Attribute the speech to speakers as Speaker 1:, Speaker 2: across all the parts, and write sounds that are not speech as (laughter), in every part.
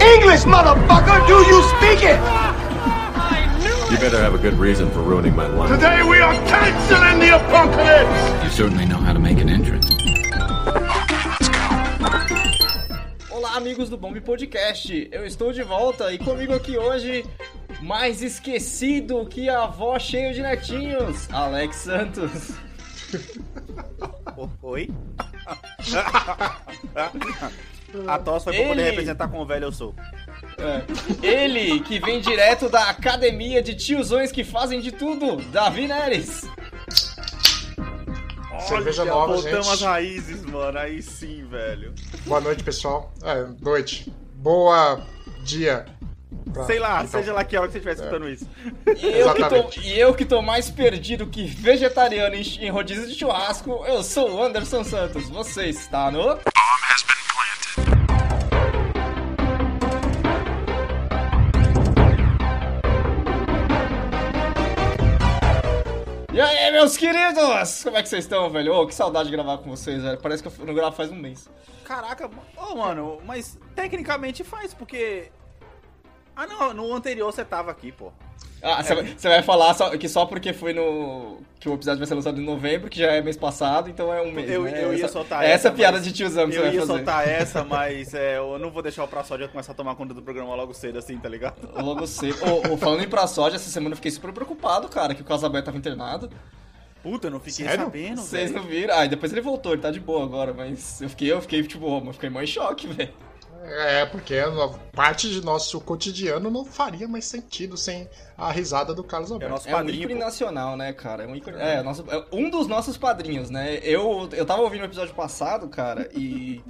Speaker 1: English, motherfucker! Do you speak it?
Speaker 2: You better have a good reason for ruining my lunch.
Speaker 1: Today we are canceling the apocalypse!
Speaker 3: You certainly know how to make an entrance.
Speaker 4: Olá, amigos do Bomb Podcast. Eu estou de volta e comigo aqui hoje, mais esquecido que a avó cheia de netinhos, Alex Santos.
Speaker 5: Oi? A tosse foi pra poder
Speaker 4: Ele.
Speaker 5: representar quão velho eu sou.
Speaker 4: É. Ele, que vem direto da academia de tiozões que fazem de tudo, Davi Neres.
Speaker 6: Cerveja
Speaker 5: Olha,
Speaker 6: nova,
Speaker 5: Voltamos
Speaker 6: gente.
Speaker 5: às raízes, mano. Aí sim, velho.
Speaker 6: Boa noite, pessoal. É, noite. Boa dia. Pra-
Speaker 5: Sei lá,
Speaker 6: então,
Speaker 5: seja lá que hora que você estiver escutando isso.
Speaker 4: E eu, que tô,
Speaker 6: Exatamente.
Speaker 4: e eu que tô mais perdido que vegetariano em, em rodízio de churrasco, eu sou o Anderson Santos. Você está no. E aí, meus queridos! Como é que vocês estão, velho? Ô, que saudade de gravar com vocês, velho. Parece que eu não gravo faz um mês.
Speaker 5: Caraca, ô mano, mas tecnicamente faz, porque. Ah não, no anterior você tava aqui, pô. É.
Speaker 4: Ah, você vai, você vai falar só- que só porque foi no. que o episódio vai ser lançado em novembro, que já é mês passado, então é um mês.
Speaker 5: Eu-
Speaker 4: né?
Speaker 5: eu ia
Speaker 4: essa,
Speaker 5: soltar
Speaker 4: é essa.
Speaker 5: essa, mas
Speaker 4: piada de tiozão que você
Speaker 5: Eu
Speaker 4: vai
Speaker 5: ia
Speaker 4: fazer.
Speaker 5: soltar essa, mas é, eu não vou deixar o pra sódio começar a tomar conta do programa logo cedo, assim, tá ligado?
Speaker 4: Logo cedo. Ô, ô, falando em pra soja, essa semana eu fiquei super preocupado, cara, que o Casabé tava internado.
Speaker 5: Puta, eu não fiquei
Speaker 6: Sério?
Speaker 5: sabendo,
Speaker 4: Vocês
Speaker 5: velho.
Speaker 4: não viram? Ah, e depois ele voltou, ele tá de boa agora, mas eu fiquei, eu fiquei, tipo, ó, eu fiquei mais em choque, (laughs) velho.
Speaker 6: É, porque a no- parte de nosso cotidiano não faria mais sentido sem a risada do Carlos
Speaker 5: É o
Speaker 6: Alberto.
Speaker 5: nosso
Speaker 4: É um
Speaker 5: padrinho.
Speaker 4: ícone
Speaker 5: pô.
Speaker 4: nacional, né, cara? É um ícone. É, nosso- é um dos nossos padrinhos, né? Eu, eu tava ouvindo o episódio passado, cara, e.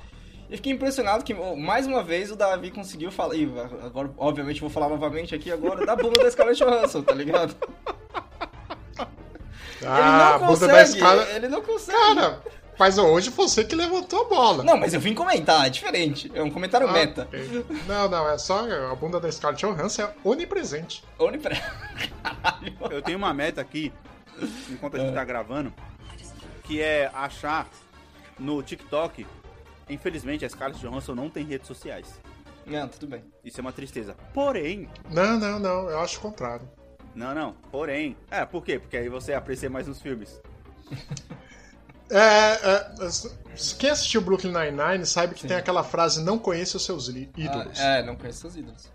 Speaker 4: (laughs) Eu fiquei impressionado que, oh, mais uma vez, o Davi conseguiu falar. Ih, agora, obviamente, vou falar novamente aqui agora da bunda da escala de Johansson, tá ligado?
Speaker 6: Ah,
Speaker 4: ele não
Speaker 6: bunda
Speaker 4: consegue,
Speaker 6: da escada.
Speaker 4: ele não consegue.
Speaker 6: Cara, mas hoje você que levantou a bola.
Speaker 4: Não, mas eu vim comentar, é diferente. É um comentário
Speaker 6: Ah,
Speaker 4: meta.
Speaker 6: ok. Não, não, é só a bunda da Scarlett Johansson é onipresente.
Speaker 4: Onipre... (laughs) Caralho.
Speaker 5: Eu tenho uma meta aqui, enquanto a gente tá gravando, que é achar no TikTok. Infelizmente, a Scarlett Johansson não tem redes sociais.
Speaker 4: Não, tudo bem. Ah,
Speaker 5: Isso é uma tristeza. Porém,
Speaker 6: Não, não, não, eu acho o contrário.
Speaker 5: não, não, porém. É, por quê? Porque aí você aprecia mais nos filmes.
Speaker 6: É, é, s- quem assistiu Brooklyn Nine-Nine sabe que tem aquela frase: não conheça os seus li- ídolos.
Speaker 4: Ah, é, não conheço seus ídolos.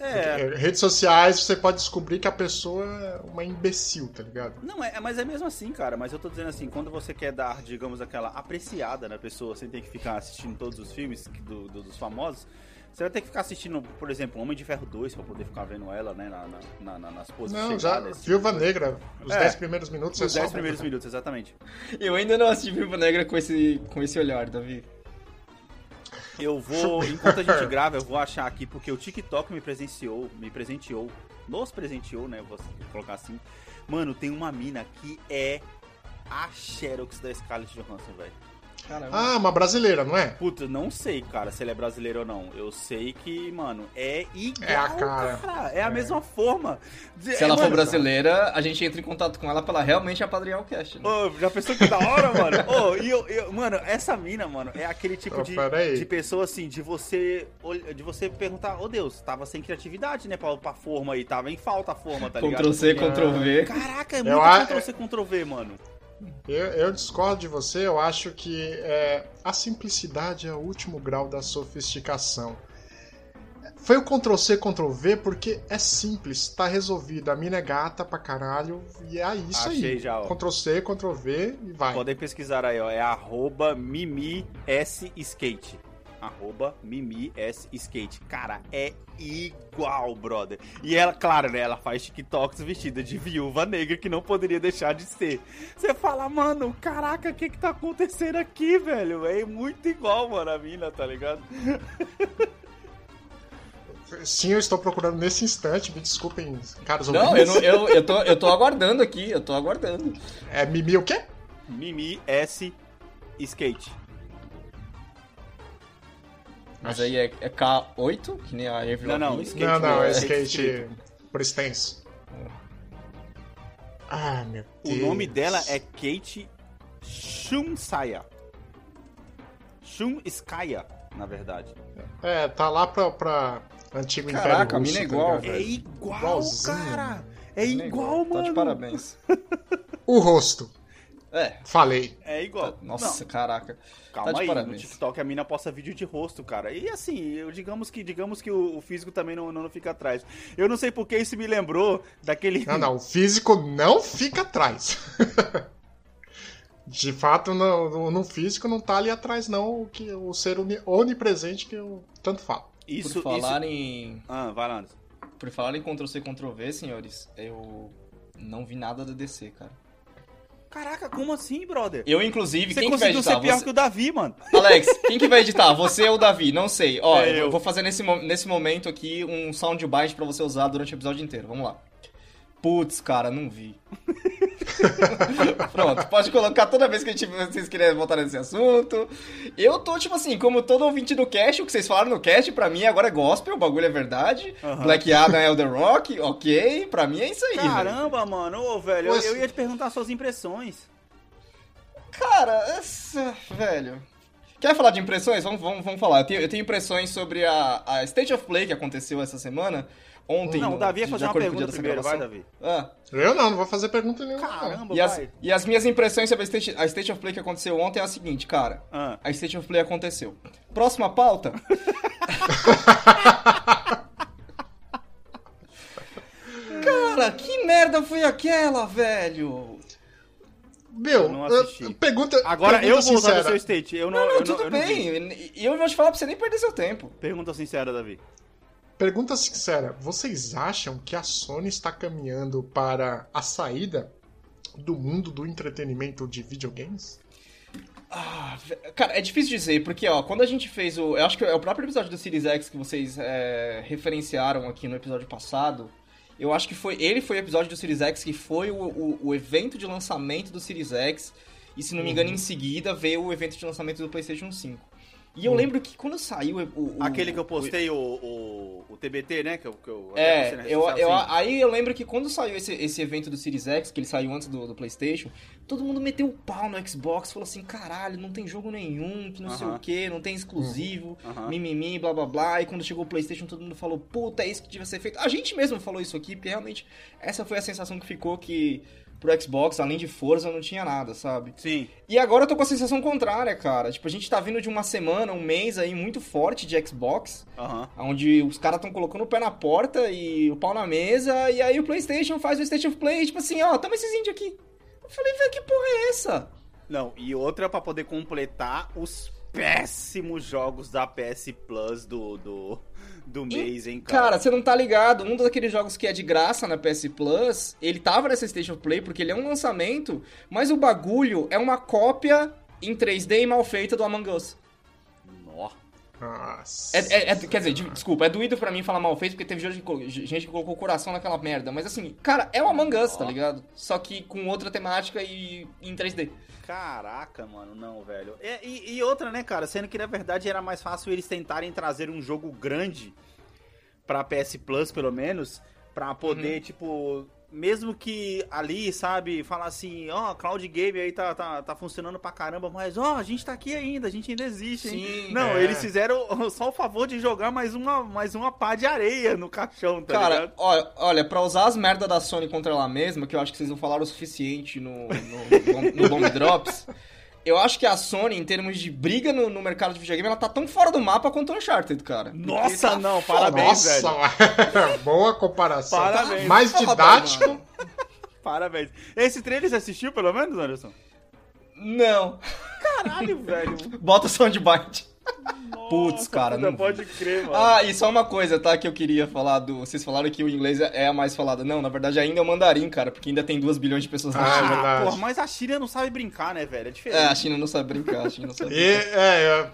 Speaker 5: É.
Speaker 6: É, Redes sociais, você pode descobrir que a pessoa é uma imbecil, tá ligado?
Speaker 5: Não, é, é- mas é mesmo assim, cara. Mas eu tô dizendo assim, quando você quer dar, digamos, aquela apreciada na pessoa, sem ter que ficar assistindo todos os filmes que- do- do- dos famosos, você vai ter que ficar assistindo, por exemplo, Homem de Ferro 2 pra poder ficar vendo ela, né, na- na- na- na- nas poses
Speaker 6: Não, já.
Speaker 5: chegadas.
Speaker 6: Viúva Negra, os
Speaker 5: tipo É.
Speaker 6: 10 primeiros minutos é
Speaker 5: Os
Speaker 6: só.
Speaker 5: 10 primeiros minutos, exatamente.
Speaker 4: Eu ainda não assisti Viva Negra com esse, com esse olhar, Davi.
Speaker 5: Eu vou, enquanto a
Speaker 6: (laughs)
Speaker 5: gente grava, eu vou achar aqui, porque o TikTok me presenciou, me presenteou, nos presenteou, né? Vou colocar assim. Mano, tem uma mina que é a Xerox da Scarlett Johansson, velho.
Speaker 4: Caramba.
Speaker 6: Ah, uma brasileira, não é?
Speaker 5: Puta, eu não sei, cara, se ele é brasileiro ou não. Eu sei que, mano, é igual,
Speaker 6: É a cara.
Speaker 5: É a mesma forma. é,
Speaker 4: Se ela for
Speaker 5: Mano,
Speaker 4: brasileira, a gente entra em contato com ela pra ela realmente apadrinhar o cast, né?
Speaker 5: Ô, já pensou que da hora, mano? Ô, e eu, eu- mano, essa mina, mano, é aquele tipo
Speaker 6: Ô,
Speaker 5: de,
Speaker 6: peraí.
Speaker 5: de pessoa assim, de você ol- de você perguntar, ô Deus, tava sem criatividade, né, pra, pra forma aí, tava em falta a forma, tá ligado?
Speaker 4: Ctrl C, Ctrl V.
Speaker 5: Caraca, é
Speaker 6: Eu
Speaker 5: muito
Speaker 6: a-
Speaker 5: Ctrl C, Ctrl V, mano.
Speaker 6: Eu, eu discordo de você, eu acho que é, a simplicidade é o último grau da sofisticação. Foi o Ctrl-C, Ctrl-V porque é simples, tá resolvido. A mina é gata pra caralho e é isso
Speaker 5: Achei
Speaker 6: aí.
Speaker 5: já, ó.
Speaker 6: Ctrl-C, Ctrl-V e vai.
Speaker 5: Podem pesquisar aí, ó, é arroba mimi s skate. Arroba mimi s skate. Cara, é igual, brother. E ela, claro, né, ela faz TikToks vestida de viúva negra que não poderia deixar de ser. Você fala, mano, caraca, o que que tá acontecendo aqui, velho? É muito igual, mano, a mina, tá ligado?
Speaker 6: Sim, eu estou procurando nesse instante, me desculpem, caros
Speaker 4: Não, eu,
Speaker 6: ouvintes.
Speaker 4: não eu, eu, tô, eu tô aguardando aqui, eu tô aguardando.
Speaker 6: É Mimi o quê?
Speaker 5: Mimi s skate.
Speaker 4: Mas aí é, é K8, que nem a Evelyn.
Speaker 5: Não, não,
Speaker 4: Lavigne.
Speaker 5: skate
Speaker 6: não, não,
Speaker 5: não,
Speaker 6: é
Speaker 5: é
Speaker 6: skate
Speaker 5: escrito.
Speaker 6: por extenso. Ah, meu
Speaker 5: O
Speaker 6: Deus.
Speaker 5: nome dela é Kate Shumsaya. Shumskaya, na verdade.
Speaker 6: É, tá lá pra, pra antigo
Speaker 4: Caraca,
Speaker 6: Império
Speaker 4: a
Speaker 6: Russo.
Speaker 4: mina
Speaker 6: tá
Speaker 4: é igual,
Speaker 6: ligado?
Speaker 4: velho.
Speaker 5: É igual,
Speaker 6: Igualzinho,
Speaker 5: cara! É
Speaker 4: Mina é
Speaker 5: igual,
Speaker 4: Tá de
Speaker 5: mano!
Speaker 4: parabéns.
Speaker 6: O rosto.
Speaker 4: É.
Speaker 6: Falei.
Speaker 5: é igual.
Speaker 4: tá- Nossa, caraca.
Speaker 5: Não, calma
Speaker 4: de
Speaker 5: aí,
Speaker 4: parabéns.
Speaker 5: no TikTok a mina posta vídeo de rosto, cara. E assim, eu- digamos que digamos que o, o físico também não, não fica atrás. Eu não sei porque isso me lembrou daquele...
Speaker 6: Não, não, o físico não fica atrás. (laughs) De fato, no, no- no físico não tá ali atrás, não, o, que, o ser uni- onipresente que eu tanto falo.
Speaker 5: (laughs) Isso,
Speaker 4: por falar em.
Speaker 5: isso... Ah, vai lá, Anderson.
Speaker 4: Por falar em Ctrl-C, Ctrl-V, senhores, eu não vi nada da DC, cara.
Speaker 5: Caraca, como assim, brother?
Speaker 4: Eu, inclusive,
Speaker 5: Você
Speaker 4: quem que vai
Speaker 5: conseguiu
Speaker 4: editar?
Speaker 5: ser pior
Speaker 4: Você-
Speaker 5: que o Davi, mano.
Speaker 4: Alex, quem que vai editar? Você ou o Davi? Não sei. Ó,
Speaker 5: É
Speaker 4: eu,
Speaker 5: eu.
Speaker 4: vou fazer nesse, mo- nesse momento aqui um soundbite pra você usar durante o episódio inteiro. Vamos lá. Putz, cara, não vi. (laughs) Pronto, pode colocar toda vez que a gente, vocês quiserem voltar nesse assunto. Eu tô, tipo assim, como todo ouvinte do cast, o que vocês falaram no cast, pra mim agora é gospel, o bagulho é verdade.
Speaker 5: Aham.
Speaker 4: Black Adam é Elder Rock, ok, pra mim é isso aí. velho.
Speaker 5: Caramba, mano. Ô, velho, eu,
Speaker 6: Pois-
Speaker 5: eu ia te perguntar suas impressões.
Speaker 4: Cara, essa- velho. Quer falar de impressões? Vamos, vamos, vamos falar. Eu tenho, eu tenho impressões sobre a, a State of Play que aconteceu essa semana. Ontem.
Speaker 5: não,
Speaker 4: no-
Speaker 5: o Davi ia
Speaker 4: de-
Speaker 5: fazer
Speaker 4: de
Speaker 5: uma
Speaker 4: acordo com o
Speaker 5: pergunta
Speaker 4: dia
Speaker 5: primeiro,
Speaker 4: dessa
Speaker 5: vai,
Speaker 4: gravação.
Speaker 5: Davi.
Speaker 4: Ah,
Speaker 6: Eu não, não vou fazer pergunta nenhuma. não.
Speaker 5: Caramba,
Speaker 4: e, as,
Speaker 5: vai.
Speaker 4: e as minhas impressões sobre a State, a State of Play que aconteceu ontem é a seguinte, cara.
Speaker 5: Ah.
Speaker 4: A State of Play aconteceu. Próxima
Speaker 5: (laughs)
Speaker 4: pauta. cara, que merda foi aquela, velho?
Speaker 6: Meu,
Speaker 5: Eu não assisti.
Speaker 6: eh, pergunta.
Speaker 5: Agora
Speaker 6: pergunta
Speaker 5: eu vou usar
Speaker 6: sincera.
Speaker 5: do seu state. Eu não,
Speaker 4: Ah, Não,
Speaker 5: eu não,
Speaker 4: tudo
Speaker 5: eu não vi.
Speaker 4: bem. E eu vou te falar pra você nem perder seu tempo.
Speaker 5: Pergunta sincera, Davi.
Speaker 6: Pergunta sincera, vocês acham que a Sony está caminhando para a saída do mundo do entretenimento de videogames?
Speaker 4: Ah, ve- cara, é difícil dizer, porque ó, quando a gente fez o. Eu acho que é o próprio episódio do Series X que vocês é, referenciaram aqui no episódio passado. Eu acho que foi. Ele foi o episódio do Series X que foi o, o, o evento de lançamento do Series X. E se não me
Speaker 5: Uhum.
Speaker 4: engano, em seguida veio o evento de lançamento do PlayStation 5. E eu lembro que quando saiu o. o-
Speaker 5: Uhum. Aquele que eu
Speaker 4: o-
Speaker 5: postei, o, o, o TBT, né? Que eu, que eu até
Speaker 4: é,
Speaker 5: postei na rede
Speaker 4: eu,
Speaker 5: social,
Speaker 4: eu-
Speaker 5: assim.
Speaker 4: aí eu lembro que quando saiu esse, esse evento do Series X, que ele saiu antes do, do PlayStation, todo mundo meteu o pau no Xbox, falou assim: caralho, não tem jogo nenhum, que não sei
Speaker 5: Aham. Uhum.
Speaker 4: o que, não tem exclusivo,
Speaker 5: Aham.
Speaker 4: mimimi, blá blá blá. E quando chegou o PlayStation, todo mundo falou: puta, é isso que devia ser feito. A gente mesmo falou isso aqui, porque realmente essa foi a sensação que ficou que pro Xbox, além de Forza, não tinha nada, sabe?
Speaker 5: Sim.
Speaker 4: E agora eu tô com a sensação contrária, cara. Tipo, a gente tá vindo de uma semana, um mês aí muito forte de Xbox.
Speaker 5: Aham.
Speaker 4: Onde os caras estão colocando o pé na porta e o pau na mesa, e aí o PlayStation faz o State of Play, tipo assim, ó, toma esses índios aqui. Eu falei, velho, que porra é essa?
Speaker 5: Não, e outra pra poder completar os péssimos jogos da PS Plus do, do, do mês, hein,
Speaker 4: Cara,
Speaker 5: cara.
Speaker 4: você não tá ligado, um daqueles jogos que é de graça na PS Plus, ele tava nessa State of Play porque ele é um lançamento, mas o bagulho é uma cópia em 3D e mal feita do Among Us.
Speaker 5: Nó.
Speaker 6: Nossa.
Speaker 4: É, é- é- quer dizer, de- desculpa, é doído pra mim falar mal feito, porque teve gente que, colo- gente que colocou o coração naquela merda. Mas assim, cara, é o Among Us, tá ligado? Só que com outra temática e em 3D.
Speaker 5: Caraca, mano, não, velho. É, E, e outra, né, cara? Sendo que na verdade era mais fácil eles tentarem trazer um jogo grande pra PS Plus, pelo menos, pra poder, tipo. Mesmo que ali, sabe, falar assim, ó, Cloud Game aí tá, tá, tá funcionando pra caramba, mas ó, a gente tá aqui ainda, a gente ainda existe, hein?
Speaker 4: Sim,
Speaker 5: Não,
Speaker 6: é.
Speaker 5: eles fizeram (laughs) só o favor de jogar mais uma, mais uma pá de areia no caixão, tá
Speaker 4: Cara,
Speaker 5: ligado?
Speaker 4: olha, olha, pra usar as merda da Sony contra ela mesma, que eu acho que vocês vão falar o suficiente no, no, no Bomb Drops, eu acho que a Sony, em termos de briga no, no mercado de videogame, ela tá tão fora do mapa quanto o Uncharted, cara. Porque
Speaker 5: Nossa,
Speaker 4: tá
Speaker 5: não,
Speaker 4: foda.
Speaker 5: parabéns,
Speaker 6: Nossa,
Speaker 5: velho.
Speaker 6: (laughs) boa comparação.
Speaker 5: Parabéns.
Speaker 6: Mais
Speaker 4: Foda,
Speaker 6: didático.
Speaker 4: mano.
Speaker 5: Parabéns. Esse trailer você assistiu, pelo menos, Anderson?
Speaker 4: Não.
Speaker 5: Caralho, velho.
Speaker 4: Bota o soundbite. Putz,
Speaker 5: Nossa,
Speaker 4: cara,
Speaker 5: Duda,
Speaker 4: não.
Speaker 5: pode crer, mano.
Speaker 4: Ah, e só uma coisa, tá? Que eu queria falar do. Vocês falaram que o inglês é a mais falada. Não, na verdade ainda é o mandarim, cara, porque ainda tem 2 bilhões de pessoas na
Speaker 6: Ah,
Speaker 4: China.
Speaker 5: Ah,
Speaker 6: verdade.
Speaker 5: porra, mas a China não sabe brincar, né, velho? É
Speaker 4: É, a
Speaker 5: diferente.
Speaker 4: China não sabe brincar, a China não
Speaker 6: E,
Speaker 4: sabe brincar.
Speaker 6: é, é,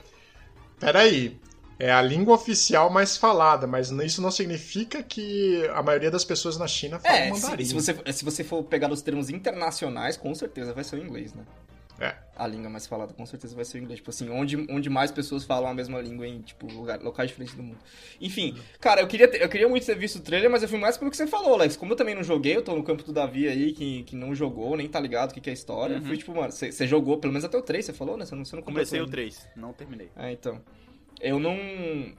Speaker 6: peraí. É a língua oficial mais falada, mas isso não significa que a maioria das pessoas na China fala
Speaker 4: É,
Speaker 6: mandarim.
Speaker 4: se, se você, se você for pegar os termos internacionais, com certeza vai ser o inglês, né?
Speaker 6: É.
Speaker 4: A língua mais falada com certeza vai ser o inglês. Tipo assim, onde, onde mais pessoas falam a mesma língua em tipo, lugar, locais diferentes do mundo. Enfim, cara, eu queria, ter- eu queria muito ter visto o trailer, mas eu fui mais pelo que você falou, Alex. Como eu também não joguei, eu tô no campo do Davi aí, que, que não jogou, nem tá ligado o que, que é a história.
Speaker 6: Uhum.
Speaker 4: Eu fui tipo, mano, você você jogou pelo menos até o 3, você falou, né? Você não, você não completou
Speaker 5: Comecei o
Speaker 4: ainda.
Speaker 5: 3, não terminei.
Speaker 4: Ah, então. Eu não.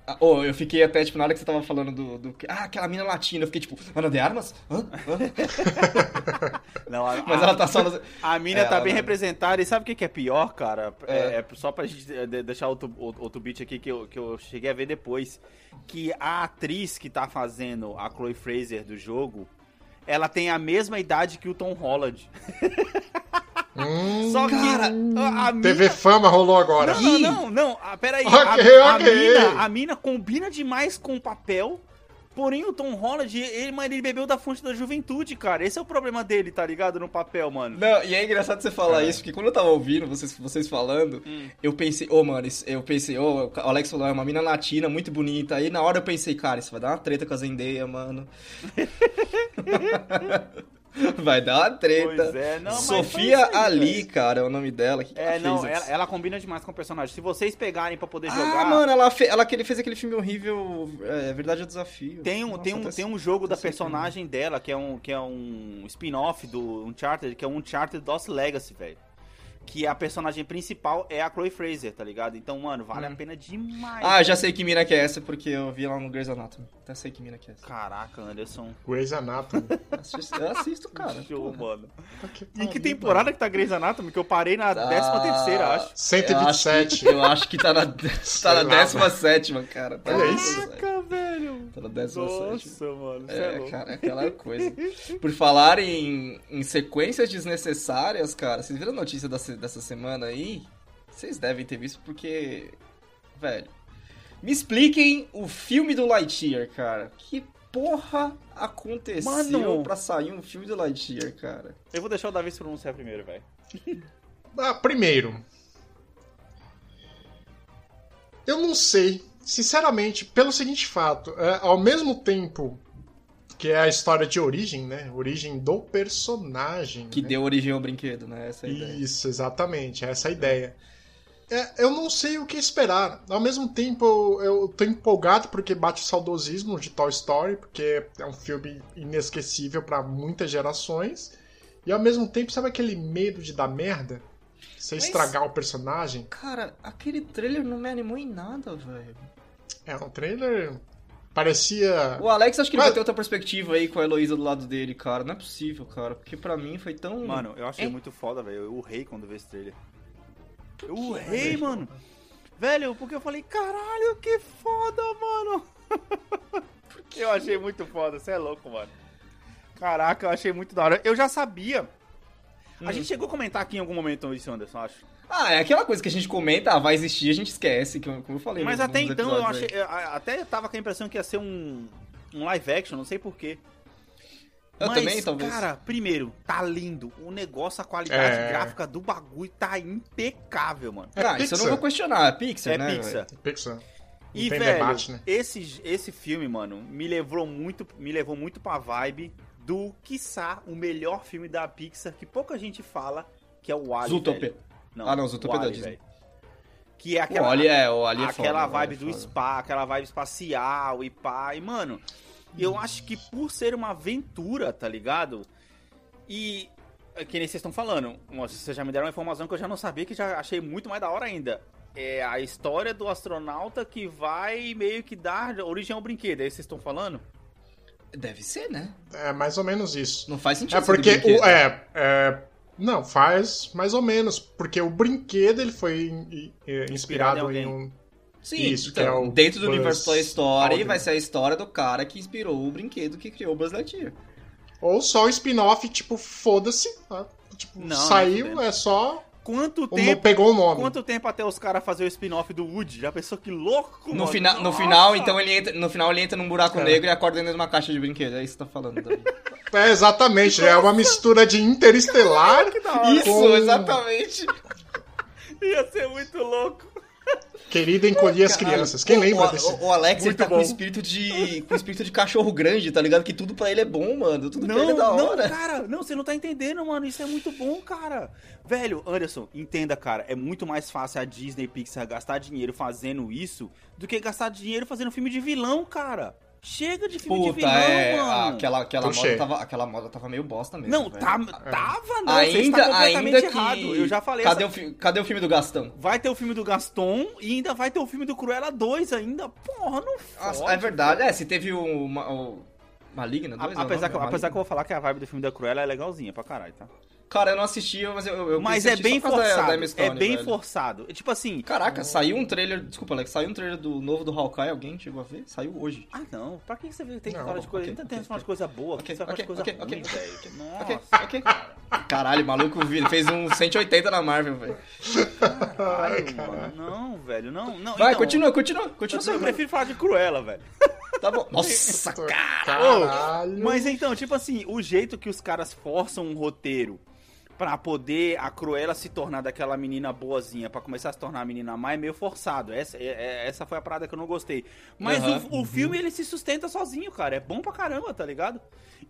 Speaker 4: Ah, Oh, eu fiquei até, tipo, na hora que você tava falando do. do- Ah, aquela mina latina, eu fiquei tipo, Ana de Armas? Hã? Hã?"
Speaker 5: Não, a,
Speaker 4: Mas
Speaker 5: a-
Speaker 4: ela tá só. nas-
Speaker 5: a mina
Speaker 4: É,
Speaker 5: tá
Speaker 4: ela-
Speaker 5: bem representada. E sabe o que, que é pior, cara? É, é só pra gente de- de- deixar outro, outro outro beat aqui que eu, que eu cheguei a ver depois. Que a atriz que tá fazendo a Chloe Fraser do jogo, ela tem a mesma idade que o Tom Holland. (laughs)
Speaker 6: Hum,
Speaker 5: Só que
Speaker 4: Cara,
Speaker 5: a, a mina-
Speaker 6: TV Fama rolou agora.
Speaker 5: Não, não, não, não. Ah, peraí.
Speaker 6: Ok,
Speaker 5: a, a
Speaker 6: ok.
Speaker 5: mina, a mina combina demais com o papel. Porém, o Tom Holland, ele, mas ele bebeu da fonte da juventude, cara. Esse é o problema dele, tá ligado? No papel, mano.
Speaker 4: Não, e é engraçado você falar isso, porque quando eu tava ouvindo vocês, vocês falando,
Speaker 5: Hum.
Speaker 4: eu pensei, ô, mano, isso- eu pensei, ô, o Alex falou, é uma mina latina, muito bonita. Aí na hora eu pensei, cara, isso vai dar uma treta com a Zendaya, mano. (laughs) vai dar uma treta.
Speaker 5: Pois é, não, mas foi
Speaker 4: Sofia
Speaker 5: isso aí,
Speaker 4: Ali,
Speaker 5: velho.
Speaker 4: cara, é o nome dela. Que
Speaker 5: É,
Speaker 4: ela
Speaker 5: não,
Speaker 4: fez
Speaker 5: ela,
Speaker 4: isso?
Speaker 5: ela combina demais com o personagem. Se vocês pegarem pra poder
Speaker 4: Ah,
Speaker 5: jogar.
Speaker 4: mano, ela, fe... ela que ele fez aquele filme horrível, é Verdade é Desafio.
Speaker 5: Tem um,
Speaker 4: Nossa, tá
Speaker 5: tem um,
Speaker 4: até-
Speaker 5: tem um jogo da
Speaker 4: até sei que não.
Speaker 5: personagem dela, que é um, que é um spin-off do Uncharted, que é um Uncharted Lost Legacy, velho. Que a personagem principal é a Chloe Fraser, tá ligado? Então, mano, vale a pena demais.
Speaker 4: Hum. Ah, já sei que mina que é essa, porque eu vi lá no Grey's Anatomy. Até sei que mina que é essa.
Speaker 5: Caraca, Anderson.
Speaker 6: Grey's
Speaker 4: (laughs)
Speaker 6: Anatomy.
Speaker 4: Eu assisto, eu assisto, cara.
Speaker 5: Show, mano.
Speaker 6: Tá que
Speaker 5: Em que
Speaker 6: pariu,
Speaker 5: temporada que tá Grey's Anatomy? Que eu parei na
Speaker 4: Tá.
Speaker 5: 13 terceira, acho.
Speaker 6: 127.
Speaker 4: Eu acho que, eu acho que tá na,
Speaker 6: Sei
Speaker 4: tá
Speaker 6: lá,
Speaker 4: na 17, cara. Tá
Speaker 6: Olha
Speaker 4: na
Speaker 6: isso.
Speaker 4: 17,
Speaker 5: velho.
Speaker 4: Tá na 17.
Speaker 5: Nossa, mano. cê é
Speaker 4: É,
Speaker 5: louco.
Speaker 4: cara, é aquela coisa. Por falar em, em sequências desnecessárias, cara, vocês viram a notícia dessa, dessa semana aí? Vocês devem ter visto porque. Velho. Me expliquem o filme do Lightyear, cara. Que porra aconteceu
Speaker 5: Mano.
Speaker 4: pra sair um filme do Lightyear, cara?
Speaker 5: Eu vou deixar o Davi se pronunciar primeiro, velho.
Speaker 6: Ah, primeiro. Eu não sei, sinceramente, pelo seguinte fato, é, ao mesmo tempo que é a história de origem, né? Origem do personagem.
Speaker 4: Que
Speaker 6: né?
Speaker 4: deu origem ao brinquedo, né? Essa é a ideia.
Speaker 6: Isso, exatamente, essa é a ideia. É, eu não sei o que esperar. Ao mesmo tempo, eu, eu tô empolgado porque bate o saudosismo de Toy Story, porque é um filme inesquecível para muitas gerações. E ao mesmo tempo, sabe aquele medo de dar merda? Você
Speaker 4: Mas-
Speaker 6: estragar o personagem?
Speaker 4: Cara, aquele trailer não me animou em nada, velho.
Speaker 6: É, um trailer parecia.
Speaker 4: O Alex acho que ele
Speaker 6: Ah. Mas-
Speaker 4: vai ter outra perspectiva aí com a Heloísa do lado dele, cara. Não é possível, cara. Porque pra mim foi tão.
Speaker 5: Mano, eu achei
Speaker 4: É.
Speaker 5: muito foda, velho. Eu urrei quando vi esse trailer. Eu urrei, mano. Velho, porque eu falei, caralho, que foda, mano. (laughs) eu achei muito foda, você é louco, mano. Caraca, eu achei muito da hora. Eu já sabia. A gente chegou a comentar aqui em algum momento isso, Anderson, acho.
Speaker 4: Ah, é aquela coisa que a gente comenta, ah, vai existir, a gente esquece, que eu- como eu falei.
Speaker 5: Mas
Speaker 4: nos-
Speaker 5: até
Speaker 4: nos
Speaker 5: então eu
Speaker 4: episódios
Speaker 5: achei. eu- a- Até tava com a impressão que ia ser um, um live action, não sei porquê.
Speaker 4: Eu
Speaker 5: Mas,
Speaker 4: também, talvez.
Speaker 5: Cara, primeiro, tá lindo. O negócio, a qualidade
Speaker 6: É.
Speaker 5: gráfica do bagulho tá impecável, mano.
Speaker 4: aí.
Speaker 6: É
Speaker 4: Ah, isso eu não
Speaker 6: Pixar.
Speaker 4: vou questionar, é Pixar,
Speaker 5: é
Speaker 4: né?
Speaker 5: Pixar.
Speaker 6: Pixar. Não
Speaker 5: E,
Speaker 6: tem
Speaker 5: velho,
Speaker 6: debate, né?
Speaker 5: esse, esse filme, mano, me levou muito, me levou muito pra vibe do, quiçá, o melhor filme da Pixar que pouca gente fala, que é o
Speaker 4: velho?
Speaker 5: Wally.
Speaker 4: Zootopia.
Speaker 5: velho.
Speaker 4: Ah, não,
Speaker 5: o
Speaker 4: Zootopia é da
Speaker 5: Wall-E,
Speaker 4: Disney.
Speaker 5: velho. Que é
Speaker 4: o
Speaker 5: aquela,
Speaker 4: Oli é, o Ali é foda,
Speaker 5: aquela
Speaker 4: o Wall-E
Speaker 5: vibe
Speaker 4: é
Speaker 5: do
Speaker 4: foda.
Speaker 5: spa, aquela vibe espacial e pá. E, mano, eu acho que por ser uma aventura, tá ligado? E. é Que nem vocês estão falando, Nossa, vocês já me deram uma informação que eu já não sabia, que já achei muito mais da hora ainda. É a história do astronauta que vai meio que dar origem ao brinquedo. É isso que vocês estão falando?
Speaker 4: Deve ser, né?
Speaker 6: É mais ou menos isso.
Speaker 4: Não faz sentido.
Speaker 6: É
Speaker 4: ser
Speaker 6: porque
Speaker 4: do brinquedo.
Speaker 6: o, é, é, não faz mais ou menos porque o brinquedo ele foi in- eh,
Speaker 5: Inspirado em
Speaker 6: inspirado
Speaker 5: alguém.
Speaker 6: em um
Speaker 4: Sim,
Speaker 6: isso, que
Speaker 4: então,
Speaker 6: é o
Speaker 4: dentro do
Speaker 6: Buzz
Speaker 4: universo Toy Story
Speaker 6: Aldrin.
Speaker 4: vai ser a história do cara que inspirou o brinquedo que criou o Buzz Lightyear.
Speaker 6: ou só o spin-off tipo foda-se, tá? tipo
Speaker 4: né,
Speaker 5: Não,
Speaker 6: saiu
Speaker 5: não,
Speaker 6: é só
Speaker 5: Quanto
Speaker 6: o
Speaker 5: tempo.
Speaker 6: no- pegou o nome.
Speaker 5: Quanto tempo até os caras fazer o spin-off do Woody? Já pensou que louco?
Speaker 4: No,
Speaker 5: mano?
Speaker 4: fina, no
Speaker 5: Nossa!
Speaker 4: final, então, ele entra, no final ele entra num buraco
Speaker 6: É.
Speaker 4: negro e acorda dentro de uma caixa de brinquedo. É isso que você tá falando, Davi.
Speaker 6: É exatamente, é uma mistura de Interestelar
Speaker 4: Isso,
Speaker 6: com
Speaker 4: exatamente.
Speaker 5: Ia ser muito louco.
Speaker 6: Querida encolher as
Speaker 4: Caralho.
Speaker 6: crianças. Quem
Speaker 4: O-
Speaker 6: lembra
Speaker 4: o,
Speaker 6: desse?
Speaker 4: O, o Alex, ele
Speaker 5: Muito
Speaker 4: tá com
Speaker 5: bom.
Speaker 4: espírito de com espírito de cachorro grande, tá ligado? Que tudo pra ele é bom, mano. Tudo pra ele é
Speaker 5: Não,
Speaker 4: da
Speaker 5: não,
Speaker 4: hora.
Speaker 5: cara, não, você não tá entendendo, mano. Isso é muito bom, cara. Velho, Anderson, entenda, cara, é muito mais fácil a Disney e Pixar gastar dinheiro fazendo isso do que gastar dinheiro fazendo filme de vilão, cara. Chega de filme de
Speaker 4: Puta,
Speaker 5: vilão,
Speaker 4: é.
Speaker 5: mano.
Speaker 4: Aquela, aquela,
Speaker 6: Eu
Speaker 4: moda
Speaker 6: sei.
Speaker 4: tava, aquela moda tava meio bosta mesmo.
Speaker 5: Não,
Speaker 4: velho.
Speaker 5: tá, tava não, você está
Speaker 4: Ainda,
Speaker 5: completamente
Speaker 4: ainda que.
Speaker 5: errado. Eu já falei
Speaker 4: cadê,
Speaker 5: essa-
Speaker 4: o fi- cadê o filme do Gastão?
Speaker 5: Vai ter o filme do Gaston e ainda vai ter o filme do Cruella 2 ainda. Porra, não
Speaker 4: Nossa,
Speaker 5: fode,
Speaker 4: é verdade. É, se teve o. ma- o Maligna
Speaker 5: A-
Speaker 4: dois, é o
Speaker 5: apesar,
Speaker 4: nome?
Speaker 5: que,
Speaker 4: É Maligna?
Speaker 5: apesar que eu vou falar que a vibe do filme da Cruella é legalzinha pra caralho, tá?
Speaker 4: Cara, eu não assistia, mas eu. eu- eu
Speaker 5: Mas
Speaker 4: quis
Speaker 5: é
Speaker 4: assistir
Speaker 5: bem
Speaker 4: só por causa da- da
Speaker 5: forçado.
Speaker 4: Emma
Speaker 5: é
Speaker 4: Stone,
Speaker 5: bem
Speaker 4: né, velho.
Speaker 5: forçado. É Tipo assim.
Speaker 4: Caraca, saiu um trailer. Desculpa, Alex, saiu um trailer do novo do Hawkeye. Alguém chegou a ver? Saiu hoje.
Speaker 5: Ah, não. Pra que você tem
Speaker 6: Não,
Speaker 5: história de coisa?
Speaker 4: ok,
Speaker 5: Ainda tem
Speaker 4: ok,
Speaker 5: umas coisas boas,
Speaker 4: Ok,
Speaker 5: okay, só umas
Speaker 4: ok,
Speaker 5: coisas
Speaker 4: ok,
Speaker 5: ruins,
Speaker 4: ok.
Speaker 5: velho. Nossa.
Speaker 4: (laughs) Ok, ok. Caralho, maluco vi- fez um 180 na Marvel, velho.
Speaker 5: Caralho, mano. Não, velho. Não, não.
Speaker 4: Vai,
Speaker 5: então,
Speaker 4: continua, continua,
Speaker 5: Eu
Speaker 4: continua.
Speaker 5: eu prefiro falar de Cruella, velho.
Speaker 4: Tá bom. Nossa,
Speaker 6: Caralho.
Speaker 5: Mas então, tipo assim, o jeito que os caras forçam um roteiro pra poder a Cruella se tornar daquela menina boazinha, pra começar a se tornar a menina má, é meio forçado. Essa, é- é- essa foi a parada que eu não gostei. Mas
Speaker 4: Aham. Uhum.
Speaker 5: o, o filme, ele se sustenta sozinho, cara. É bom pra caramba, tá ligado?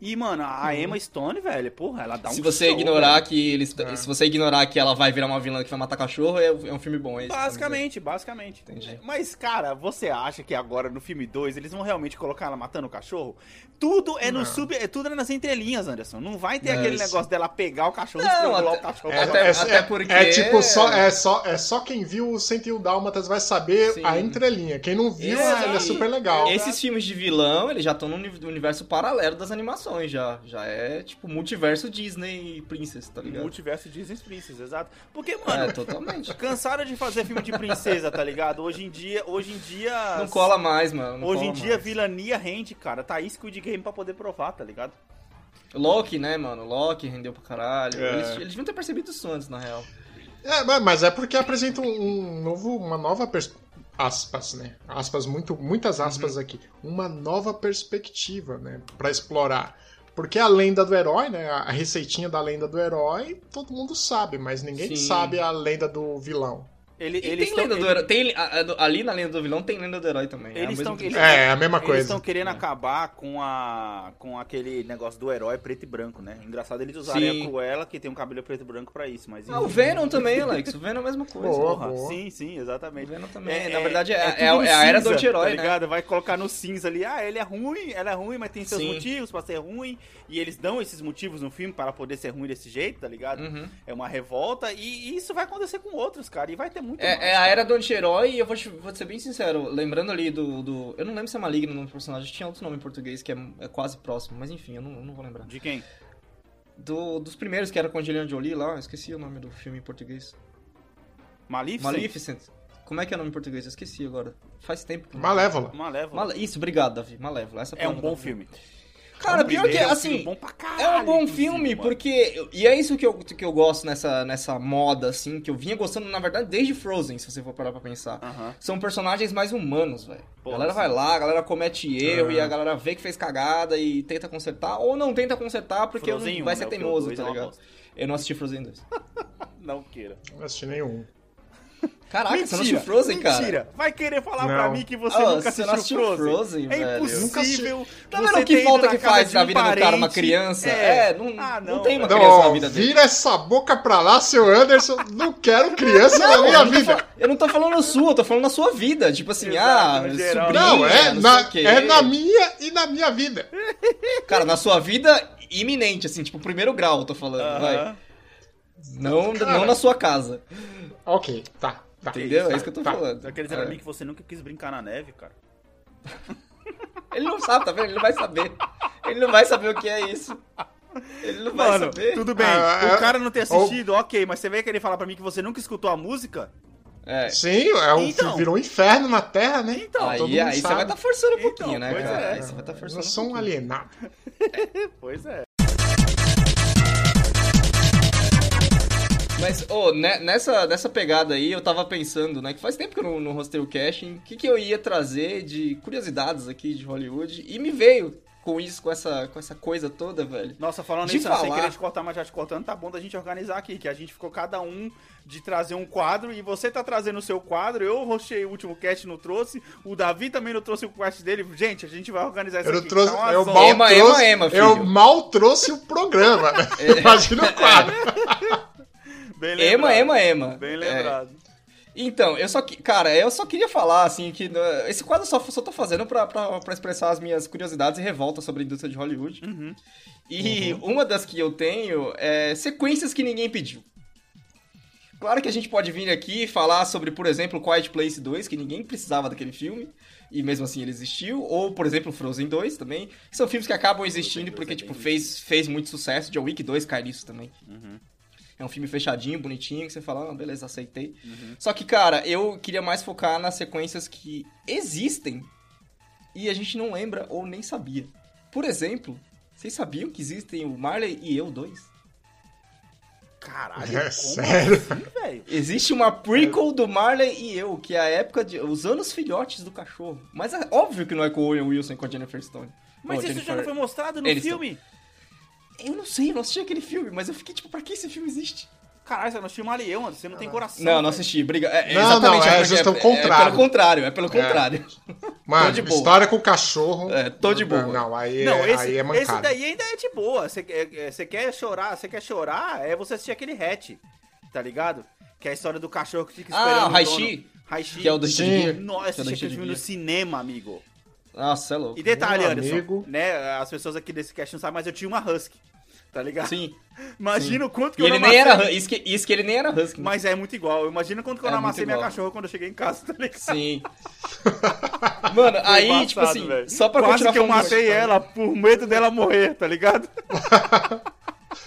Speaker 5: E, mano, a Emma Stone, velho, porra, ela dá um
Speaker 4: Uhum. se você
Speaker 5: show,
Speaker 4: ignorar
Speaker 5: velho. Ah.
Speaker 4: que eles, tá, se você ignorar que ela vai virar uma vilã que vai matar cachorro, é, é um filme bom. É isso,
Speaker 5: Basicamente, basicamente.
Speaker 4: Entendi.
Speaker 5: Mas, cara, você acha que agora no filme 2 eles vão realmente colocar ela matando o cachorro? Tudo é no sub, é tudo é nas entrelinhas, Anderson. Não vai ter
Speaker 4: Não,
Speaker 5: aquele
Speaker 4: isso-
Speaker 5: negócio dela pegar o cachorro e
Speaker 4: Não,
Speaker 5: estrangular
Speaker 4: até-
Speaker 5: o cachorro.
Speaker 6: É,
Speaker 4: até-
Speaker 6: é-
Speaker 4: até
Speaker 6: é-
Speaker 4: porque-
Speaker 6: é tipo só é só é só quem viu o 101 Dálmatas vai saber
Speaker 4: Sim.
Speaker 6: a entrelinha. Quem não viu,
Speaker 4: Exato.
Speaker 6: ele é super legal.
Speaker 4: Esses filmes de vilão, eles já estão no uni- universo paralelo das animações, já. Já é tipo multiverso Disney e Princess, tá ligado?
Speaker 5: Multiverso Disney Princess, exato. Porque,
Speaker 4: É,
Speaker 5: mano,
Speaker 4: totalmente.
Speaker 5: cansaram de fazer filme de princesa, tá ligado? Hoje em dia, hoje em dia
Speaker 4: Não cola mais, mano. não
Speaker 5: Hoje em
Speaker 4: cola
Speaker 5: dia,
Speaker 4: mais.
Speaker 5: vilania rende, cara. Tá aí Squid Game pra poder provar, tá ligado?
Speaker 4: Loki, né, mano? Loki rendeu pra caralho.
Speaker 6: É.
Speaker 4: Eles, eles deviam ter percebido isso antes, na real.
Speaker 6: É, mas- mas é porque apresenta um um novo, uma nova pers- aspas, né? Aspas muito, muitas aspas
Speaker 4: Uhum.
Speaker 6: aqui, uma nova perspectiva, né, Pra explorar. Porque a lenda do herói, né, a receitinha da lenda do herói, todo mundo sabe, mas ninguém
Speaker 4: Sim.
Speaker 6: sabe a lenda do vilão.
Speaker 5: Ele,
Speaker 4: E
Speaker 5: eles
Speaker 4: tem
Speaker 5: tão-
Speaker 4: lenda do
Speaker 5: ele-
Speaker 4: herói. Tem, a- a do- ali na lenda do vilão tem lenda do herói também.
Speaker 5: Eles
Speaker 4: é
Speaker 5: tão-
Speaker 4: estão.
Speaker 5: eles-
Speaker 6: É, é a mesma
Speaker 5: Eles
Speaker 6: coisa.
Speaker 5: estão querendo
Speaker 4: É.
Speaker 5: acabar com a com aquele negócio do herói preto e branco, né? Engraçado eles usarem
Speaker 4: Sim.
Speaker 5: a Cruella, que tem um cabelo preto e branco pra isso, mas... né?
Speaker 4: Ah, o Venom também, Alex. O Venom é a mesma coisa.
Speaker 6: Boa.
Speaker 5: Porra,
Speaker 6: Boa.
Speaker 5: sim, sim,
Speaker 4: O
Speaker 5: exatamente.
Speaker 4: Venom também. na verdade, é, é,
Speaker 5: tudo
Speaker 4: é a era do
Speaker 5: cinza,
Speaker 4: anti-herói,
Speaker 5: tá
Speaker 4: né?
Speaker 5: ligado? Vai colocar no cinza ali, ah, ele é ruim, ela é ruim, mas tem seus
Speaker 4: Sim.
Speaker 5: motivos pra ser ruim, e eles dão esses motivos no filme para poder ser ruim desse jeito, tá ligado?
Speaker 4: Uhum.
Speaker 5: É uma revolta, e, e isso vai acontecer com outros, cara, e vai ter muito mais,
Speaker 4: É, é a
Speaker 5: cara.
Speaker 4: era do anti-herói e eu vou, te- vou te ser bem sincero, lembrando ali do, do- Eu não lembro se é maligno o nome do personagem, tinha outro nome em português que é, é quase próximo, mas enfim, eu não, eu não vou lembrar.
Speaker 5: De quem?
Speaker 4: Do- dos primeiros que era com a Angelina Jolie lá, eu esqueci o nome do filme em português.
Speaker 5: Maleficent?
Speaker 4: Maleficent. Como é que é o nome em português? Eu esqueci agora. Faz tempo. que-
Speaker 6: Malévola.
Speaker 5: Malévola.
Speaker 4: Male- Isso, obrigado, Davi. Malévola. Essa
Speaker 5: É um
Speaker 4: palavra
Speaker 5: bom
Speaker 4: da-
Speaker 5: filme.
Speaker 4: Cara,
Speaker 5: O
Speaker 4: pior que,
Speaker 5: primeiro é um
Speaker 4: assim,
Speaker 5: filme bom pra caralho,
Speaker 4: É um bom
Speaker 5: inclusive,
Speaker 4: filme,
Speaker 5: mano.
Speaker 4: porque. E é isso que eu, que eu gosto nessa, nessa moda, assim, que eu vinha gostando, na verdade, desde Frozen, se você for parar pra pensar.
Speaker 5: Aham.
Speaker 4: São personagens mais humanos, velho. A
Speaker 5: Porra,
Speaker 4: galera
Speaker 5: sim.
Speaker 4: vai lá, a galera comete erro
Speaker 6: Ah.
Speaker 4: e a galera vê que fez cagada e tenta consertar, ou não tenta consertar porque
Speaker 5: Frozen
Speaker 4: não-
Speaker 5: um,
Speaker 4: vai
Speaker 5: né?
Speaker 4: ser
Speaker 5: Porque o
Speaker 4: teimoso,
Speaker 5: dois é
Speaker 4: tá
Speaker 5: uma
Speaker 4: ligado?
Speaker 5: bosta.
Speaker 4: Eu não assisti Frozen 2.
Speaker 5: Não queira.
Speaker 6: Não assisti nenhum.
Speaker 4: Caraca, você não assistiu Frozen, cara?
Speaker 5: Mentira. Vai querer falar
Speaker 6: Não.
Speaker 5: pra mim que você
Speaker 4: Ah,
Speaker 5: nunca
Speaker 4: você
Speaker 5: assistiu,
Speaker 4: não assistiu Frozen,
Speaker 5: Frozen?
Speaker 4: velho.
Speaker 5: é
Speaker 6: Nunca
Speaker 5: impossível.
Speaker 4: Tá
Speaker 5: você
Speaker 4: vendo que
Speaker 5: ter ido
Speaker 4: falta
Speaker 5: na
Speaker 4: que
Speaker 5: casa
Speaker 4: faz
Speaker 5: de
Speaker 4: na
Speaker 5: um
Speaker 4: vida do cara uma
Speaker 5: parente?
Speaker 4: criança? É, não-
Speaker 5: Ah,
Speaker 4: não tem uma
Speaker 5: velho.
Speaker 6: Não,
Speaker 4: criança na
Speaker 6: Então, ó,
Speaker 4: vida dele.
Speaker 6: vira essa boca pra lá, seu Anderson. Não quero criança na minha
Speaker 4: eu não tô
Speaker 6: vida.
Speaker 4: fal- Eu não tô falando sua, eu tô falando na sua vida. Tipo assim,
Speaker 5: Exato,
Speaker 4: ah,
Speaker 5: no geral.
Speaker 4: sobrinha,
Speaker 6: Não, é,
Speaker 4: não sei
Speaker 6: na,
Speaker 4: o quê.
Speaker 6: é na minha e na minha vida.
Speaker 4: Cara, na sua vida iminente, assim, tipo, primeiro grau, eu tô falando, vai.
Speaker 5: Aham.
Speaker 4: Não,
Speaker 6: Cara.
Speaker 4: não na sua casa,
Speaker 6: Ok, tá. tá.
Speaker 4: entendeu? É isso que eu tô
Speaker 6: Tá.
Speaker 4: falando.
Speaker 5: Vai querer dizer pra
Speaker 4: É.
Speaker 5: mim que você nunca quis brincar na neve, cara.
Speaker 4: Ele não sabe, tá vendo? Ele não vai saber. Ele não vai saber o que é isso. Ele não vai
Speaker 5: Mano,
Speaker 4: saber.
Speaker 5: tudo bem.
Speaker 6: Ah,
Speaker 5: o cara não ter
Speaker 6: ah, ou-
Speaker 5: assistido, ok, mas você vai querer falar pra mim que você nunca escutou a música?
Speaker 4: É.
Speaker 6: Sim, é um,
Speaker 5: Então.
Speaker 6: virou um inferno na Terra, né?
Speaker 5: Então,
Speaker 6: todo
Speaker 4: aí
Speaker 6: mundo
Speaker 4: aí você
Speaker 6: sabe.
Speaker 4: vai tá forçando um pouquinho,
Speaker 5: Então,
Speaker 4: né,
Speaker 5: pois
Speaker 4: cara?
Speaker 5: é.
Speaker 4: Aí você vai tá
Speaker 6: Eu
Speaker 4: forçando.
Speaker 6: não sou um
Speaker 4: pouquinho.
Speaker 6: alienado.
Speaker 5: Pois é.
Speaker 4: Mas, ô, ne- nessa, nessa pegada aí, eu tava pensando, né, que faz tempo que eu não, não rostei o casting, o que, que eu ia trazer de curiosidades aqui de Hollywood, e me veio com isso, com essa, com essa coisa toda, velho.
Speaker 5: Nossa, falando
Speaker 4: De
Speaker 5: nisso, sem
Speaker 4: falar.
Speaker 5: querer te cortar, mas já te cortando, tá bom da gente organizar aqui, que a gente ficou cada um de trazer um quadro, e você tá trazendo o seu quadro, eu rochei o último cast, não trouxe, o Davi também não trouxe o cast dele. Gente, a gente vai organizar isso
Speaker 6: Eu, não
Speaker 5: aqui.
Speaker 6: trouxe, é
Speaker 5: tá uma
Speaker 6: eu,
Speaker 5: zona.
Speaker 6: mal
Speaker 4: Ema,
Speaker 6: trouxe,
Speaker 4: Ema, Ema, filho. É.
Speaker 6: eu mal trouxe o
Speaker 4: (laughs)
Speaker 6: programa, né? Imagina o quadro.
Speaker 5: Bem
Speaker 4: Ema,
Speaker 5: lembrado.
Speaker 4: ema, ema.
Speaker 5: Bem
Speaker 4: É,
Speaker 5: lembrado.
Speaker 4: Então, eu só que, cara, eu só queria falar assim que né, esse quadro eu só só tô fazendo pra, pra, pra expressar as minhas curiosidades e revoltas sobre a indústria de Hollywood.
Speaker 5: Uhum,
Speaker 4: E uma das que eu tenho é sequências que ninguém pediu. Claro que a gente pode vir aqui e falar sobre, por exemplo, Quiet Place 2, que ninguém precisava daquele filme, e mesmo assim ele existiu, ou, por exemplo, Frozen 2 também, que são filmes que acabam existindo porque, tipo, fez, fez muito sucesso, John Wick 2 cai nisso também.
Speaker 5: uhum,
Speaker 4: É um filme fechadinho, bonitinho, que você fala, ah, beleza, aceitei.
Speaker 5: uhum.
Speaker 4: Só que, cara, eu queria mais focar nas sequências que existem e a gente não lembra ou nem sabia. Por exemplo, vocês sabiam que existem o Marley e eu dois?
Speaker 5: Caralho,
Speaker 6: É
Speaker 5: como
Speaker 6: sério?
Speaker 5: assim, velho?
Speaker 4: Existe uma prequel do Marley e eu, que é a época de. Os anos filhotes do cachorro. Mas é óbvio que não é com o Owen Wilson e com a Jennifer Stone.
Speaker 5: Mas
Speaker 4: Com a
Speaker 5: isso já não
Speaker 4: Jennifer-
Speaker 5: foi mostrado no
Speaker 4: Eles
Speaker 5: filme?
Speaker 4: Eu não sei, eu não assisti aquele filme, mas eu fiquei tipo, pra que esse filme existe?
Speaker 5: Caralho, você não assistiu Marião, mano. Você não tem coração.
Speaker 4: Ah, Não, não
Speaker 5: velho.
Speaker 4: assisti, briga. É, é
Speaker 6: Não,
Speaker 4: exatamente,
Speaker 6: não, é
Speaker 4: porque
Speaker 6: justo o
Speaker 4: É,
Speaker 6: contrário.
Speaker 4: pelo contrário, é pelo contrário.
Speaker 6: Mano,
Speaker 4: Tô de boa.
Speaker 6: história com o cachorro.
Speaker 4: É, tô de boa.
Speaker 6: Não, aí,
Speaker 5: Não,
Speaker 6: é,
Speaker 5: esse,
Speaker 6: aí é
Speaker 5: esse
Speaker 6: mancada.
Speaker 5: daí ainda é de boa. Você quer- é, você quer chorar, você quer chorar, é você assistir aquele hatch, tá ligado? Que é a história do cachorro que fica
Speaker 4: Ah,
Speaker 5: esperando.
Speaker 4: o
Speaker 5: o
Speaker 4: Raishi?
Speaker 5: dono. Raishi.
Speaker 4: Que é o do
Speaker 6: Sim.
Speaker 4: Richard Gere.
Speaker 5: Nossa,
Speaker 4: Que é o
Speaker 5: assisti
Speaker 4: do
Speaker 5: aquele
Speaker 4: Richard
Speaker 5: filme no
Speaker 4: Gere.
Speaker 5: cinema, amigo.
Speaker 4: Nossa, é louco.
Speaker 5: E detalhe,
Speaker 6: Meu
Speaker 5: Anderson,
Speaker 6: amigo.
Speaker 5: né? As pessoas aqui desse cast não sabem, mas eu tinha uma Husky, tá ligado?
Speaker 4: Sim.
Speaker 5: Imagina o quanto que
Speaker 4: E
Speaker 5: eu
Speaker 4: ele
Speaker 5: não
Speaker 4: nem
Speaker 5: amassei-
Speaker 4: era. Isso que, isso que ele nem era Husky. né?
Speaker 5: Mas é muito igual. Imagina quanto que eu
Speaker 4: É
Speaker 5: não
Speaker 4: muito
Speaker 5: amassei minha
Speaker 4: igual.
Speaker 5: cachorra quando eu cheguei em casa, tá ligado? (laughs)
Speaker 4: Sim. Mano, (laughs) aí,
Speaker 5: Embaçado,
Speaker 4: tipo assim,
Speaker 5: velho.
Speaker 4: só pra
Speaker 5: Quase
Speaker 4: continuar
Speaker 5: que eu
Speaker 4: falando
Speaker 5: matei
Speaker 4: disso.
Speaker 5: ela por medo dela morrer, tá ligado?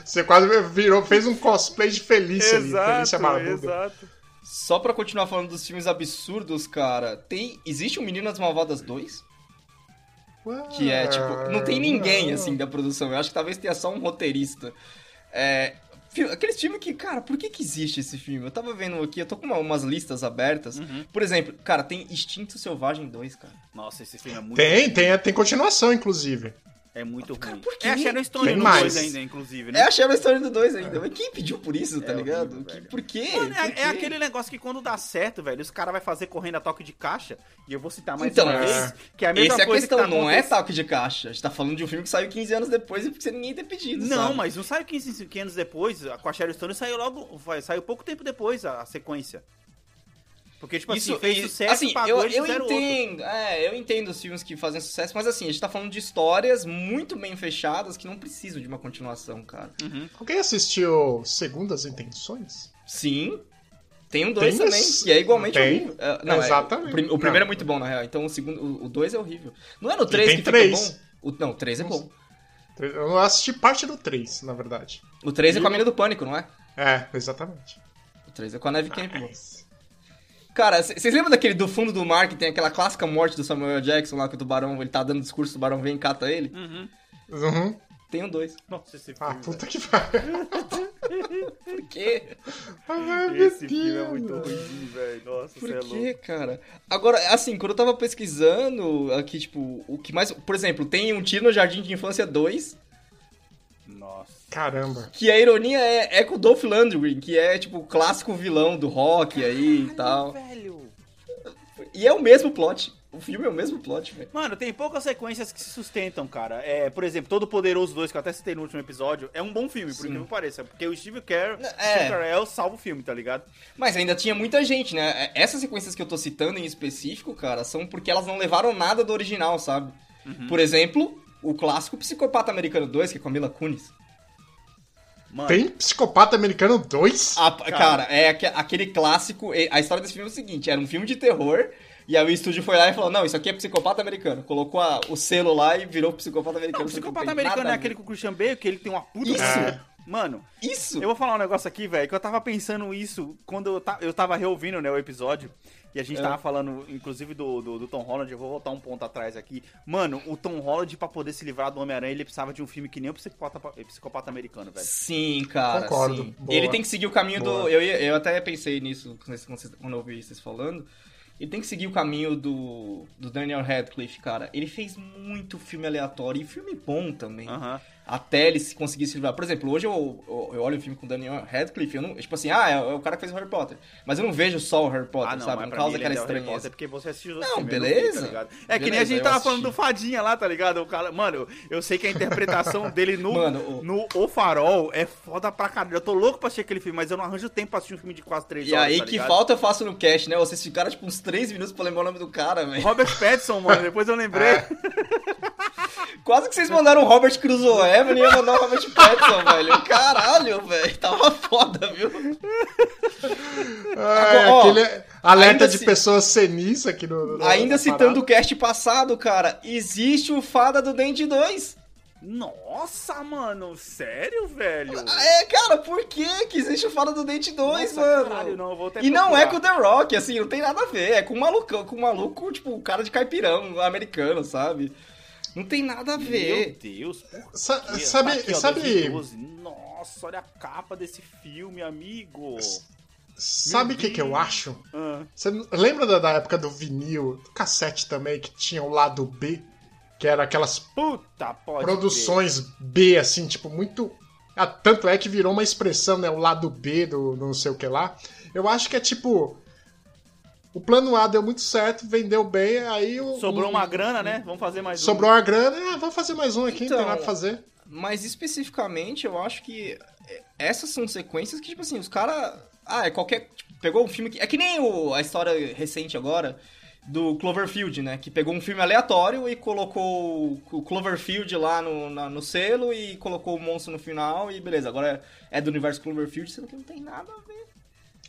Speaker 6: Você quase virou, fez um cosplay de Felícia ali. Felícia Maravilha.
Speaker 5: exato.
Speaker 4: Só pra continuar falando dos filmes absurdos, cara, tem. Existe o Meninas Malvadas 2? Que é, tipo, não
Speaker 5: Ah,
Speaker 4: tem ninguém, assim, da produção. Eu acho que talvez tenha só um roteirista. É. fi- Aqueles filmes que, cara, por que que existe esse filme? Eu tava vendo um aqui, eu tô com uma- umas listas abertas.
Speaker 5: Uhum.
Speaker 4: Por exemplo, cara, tem Instinto Selvagem 2, cara.
Speaker 5: Nossa, esse filme é muito
Speaker 6: Tem,
Speaker 5: ruim.
Speaker 6: tem, tem continuação, inclusive.
Speaker 5: É muito ruim.
Speaker 4: por quê?
Speaker 5: É a Sharon Stone
Speaker 6: Tem
Speaker 5: no
Speaker 6: mais.
Speaker 5: 2 ainda, inclusive, né?
Speaker 4: É a Sharon Stone do 2 ainda. Mas quem pediu por isso, tá
Speaker 5: É
Speaker 4: ligado?
Speaker 5: horrível,
Speaker 4: Que-
Speaker 5: velho.
Speaker 4: por quê?
Speaker 5: Mano, é,
Speaker 4: Por quê?
Speaker 5: é aquele negócio que quando dá certo, velho, os caras vão fazer correndo a toque de caixa, e eu vou citar mais
Speaker 4: Então,
Speaker 5: uma
Speaker 6: é.
Speaker 5: vez, que é a mesma
Speaker 4: Essa é a
Speaker 5: coisa
Speaker 4: questão,
Speaker 5: que tá
Speaker 4: não é
Speaker 5: acontecendo-
Speaker 4: toque de caixa. A gente tá falando de um filme que saiu 15 anos depois e porque ninguém ter pedido,
Speaker 5: Não,
Speaker 4: sabe?
Speaker 5: mas não saiu 15, 15 anos depois, a- com a Sharon Stone saiu logo, vai- saiu pouco tempo depois a, a sequência. Porque, tipo assim, fez
Speaker 4: e-
Speaker 5: sucesso,
Speaker 4: assim,
Speaker 5: pagou,
Speaker 4: eu,
Speaker 5: eles
Speaker 4: eu
Speaker 5: fizeram outro.
Speaker 4: entendo, é, eu entendo os filmes que fazem sucesso, mas assim, a gente tá falando de histórias muito bem fechadas que não precisam de uma continuação, cara.
Speaker 5: Uhum,
Speaker 6: Alguém assistiu Segundas Intenções?
Speaker 4: Sim, tem um dois
Speaker 6: Tem
Speaker 4: também,
Speaker 6: esse-
Speaker 4: que é igualmente
Speaker 6: tem.
Speaker 4: horrível. É, não, é,
Speaker 6: Exatamente.
Speaker 4: o prim- o,
Speaker 6: Não.
Speaker 4: primeiro é muito bom, na real, então o segundo, o- o dois é horrível. Não é no três
Speaker 6: tem
Speaker 4: que fica
Speaker 6: três.
Speaker 4: bom? O, não, o três é bom.
Speaker 6: Eu não assisti parte do 3, na verdade.
Speaker 4: O três é com a mina do pânico, não é?
Speaker 6: É, exatamente.
Speaker 4: O três é com a
Speaker 6: Ah,
Speaker 4: Neve Campbell. Cara, c- vocês lembram daquele do fundo do mar que tem aquela clássica morte do Samuel L. Jackson lá que o tubarão, ele tá dando discurso, o tubarão vem e cata ele?
Speaker 5: Uhum.
Speaker 6: Uhum.
Speaker 4: Tem um dois.
Speaker 5: Nossa, esse filme,
Speaker 6: Ah, puta que pariu. (laughs)
Speaker 4: Por quê?
Speaker 5: (laughs)
Speaker 6: Ai,
Speaker 5: velho.
Speaker 6: meu
Speaker 5: esse filme é
Speaker 6: Deus.
Speaker 5: muito ruim, velho. Nossa,
Speaker 4: Por
Speaker 5: você é louco.
Speaker 4: quê, cara? Agora, assim, quando eu tava pesquisando aqui, tipo, o que mais. Por exemplo, tem um tiro no Jardim de Infância 2,
Speaker 5: Nossa.
Speaker 6: Caramba.
Speaker 4: que a ironia é, é com o Dolph Lundgren, que é, tipo, o clássico vilão do rock aí e tal.
Speaker 5: Velho.
Speaker 4: E é o mesmo plot. O filme é o mesmo plot, velho.
Speaker 5: Mano, tem poucas sequências que se sustentam, cara. É, por exemplo, Todo Poderoso 2, que eu até citei no último episódio, é um bom filme, por
Speaker 4: Sim.
Speaker 5: incrível que pareça. Porque o Steve Carell,
Speaker 4: É.
Speaker 5: Steve Carell salva o filme, tá ligado?
Speaker 4: Mas ainda tinha muita gente, né? Essas sequências que eu tô citando em específico, cara, são porque elas não levaram nada do original, sabe?
Speaker 5: Uhum.
Speaker 4: Por exemplo, o clássico Psicopata Americano 2, que é com a Mila Kunis.
Speaker 5: Mano,
Speaker 6: Tem Psicopata Americano 2?
Speaker 5: Ah,
Speaker 4: A- cara, é aque- aquele clássico. e- A história desse filme é o seguinte: era um filme de terror. E aí o estúdio foi lá e falou: Não, isso aqui é psicopata americano. Colocou a- o selo lá e virou psicopata americano.
Speaker 5: não, o
Speaker 4: Só que não
Speaker 5: um psicopata
Speaker 4: tem
Speaker 5: americano
Speaker 4: nada
Speaker 5: é
Speaker 4: a ver.
Speaker 5: aquele com o Christian Bale, que ele tem uma puta...
Speaker 4: Isso!
Speaker 5: É. Mano,
Speaker 4: Isso!
Speaker 5: eu vou falar um negócio aqui, velho, que eu tava pensando isso quando eu, ta- eu tava reouvindo, né, o episódio. E a gente
Speaker 4: É.
Speaker 5: tava falando, inclusive, do, do, do Tom Holland, eu vou voltar um ponto atrás aqui. Mano, o Tom Holland, pra poder se livrar do Homem-Aranha, ele precisava de um filme que nem o Psicopata, psicopata Americano, velho.
Speaker 4: Sim, cara.
Speaker 6: Concordo.
Speaker 4: sim.
Speaker 6: Boa.
Speaker 4: Ele tem que seguir o caminho do.
Speaker 6: Boa.
Speaker 4: Eu, ia- eu até pensei nisso quando vocês- quando vocês- quando eu ouvi vocês falando. Ele tem que seguir o caminho do, do Daniel Radcliffe, cara. Ele fez muito filme aleatório e filme bom também.
Speaker 5: Aham.
Speaker 4: até ele se conseguir se livrar. Por exemplo, hoje eu, eu, eu olho o filme com o Daniel Radcliffe, eu não, tipo assim, ah, é, o- é o cara que fez o Harry Potter. Mas eu não vejo só o Harry Potter,
Speaker 5: Ah, não,
Speaker 4: sabe?
Speaker 5: mas
Speaker 4: Não
Speaker 5: pra
Speaker 4: causa
Speaker 5: mim ele
Speaker 4: aquela
Speaker 5: é o Harry Potter
Speaker 4: estranheza.
Speaker 5: porque você assistiu os
Speaker 4: Não,
Speaker 5: filmes, eu
Speaker 4: beleza.
Speaker 5: vi, tá ligado? é que nem a
Speaker 4: Beleza,
Speaker 5: gente
Speaker 4: eu
Speaker 5: tava
Speaker 4: assisti.
Speaker 5: falando do Fadinha lá, tá ligado? O cara, mano, eu sei que a
Speaker 4: (laughs)
Speaker 5: interpretação dele no,
Speaker 4: Mano, o-
Speaker 5: no O Farol é foda pra caralho. Eu tô louco pra assistir aquele filme, mas eu não arranjo tempo pra assistir um filme de quase três
Speaker 4: E
Speaker 5: horas,
Speaker 4: aí,
Speaker 5: tá
Speaker 4: que
Speaker 5: ligado?
Speaker 4: falta eu faço no cast, né? Vocês ficaram, tipo, uns 3 minutos pra lembrar o nome do cara, velho.
Speaker 5: Robert Pattinson, mano, depois eu
Speaker 4: (laughs)
Speaker 5: lembrei.
Speaker 4: É. Quase que vocês mandaram o Robert Crusoe, mas não ia mandar o Robert Pattinson, velho. Caralho, velho. Tava foda, viu?
Speaker 6: É,
Speaker 4: ó,
Speaker 6: aquele alerta
Speaker 4: ainda
Speaker 6: de
Speaker 4: ci-
Speaker 6: pessoas cenis aqui no. no-
Speaker 5: é
Speaker 4: Ainda
Speaker 6: na
Speaker 4: citando o
Speaker 6: parada.
Speaker 4: cast passado, cara, existe o Fada do Dente 2.
Speaker 5: Nossa, mano, sério, velho?
Speaker 4: É, cara, por que que existe o Fada do Dente 2,
Speaker 5: Nossa,
Speaker 4: mano?
Speaker 5: caralho, não, eu vou até
Speaker 4: e não é com o
Speaker 5: procurar.
Speaker 4: The Rock, assim, não tem nada a ver. É com um malucão, com um maluco, tipo, um cara de caipirão americano, sabe? Não tem nada a ver.
Speaker 5: Meu Deus, por
Speaker 6: Sa-
Speaker 5: quê?
Speaker 6: sabe,
Speaker 5: Tá aqui, ó,
Speaker 6: sabe,
Speaker 5: 2012. Nossa, olha a capa desse filme, amigo.
Speaker 6: sabe o que, que eu acho?
Speaker 5: Ah.
Speaker 6: Você lembra da, da época do vinil, do cassete também, que tinha o lado B? Que era aquelas
Speaker 5: Puta, pode
Speaker 6: produções B, assim, tipo, muito. Ah, tanto é que virou uma expressão, né? O lado B do do não sei o que lá. Eu acho que é tipo. O plano A deu muito certo, vendeu bem, aí o.
Speaker 5: crer. Sobrou
Speaker 6: um-
Speaker 5: uma grana, né? Vamos fazer mais
Speaker 4: um.
Speaker 6: Sobrou uma grana, ah, vamos fazer mais um aqui, não tem
Speaker 4: Então,
Speaker 6: nada pra fazer.
Speaker 4: Mas especificamente, eu acho que é, essas são sequências que, tipo assim, os caras. Ah, é qualquer. tipo, pegou um filme que. É que nem o- a história recente agora do Cloverfield, né? Que pegou um filme aleatório e colocou o- o Cloverfield lá no, na- no selo e colocou o monstro no final e beleza, agora é, é do universo Cloverfield, sendo que não tem nada a ver.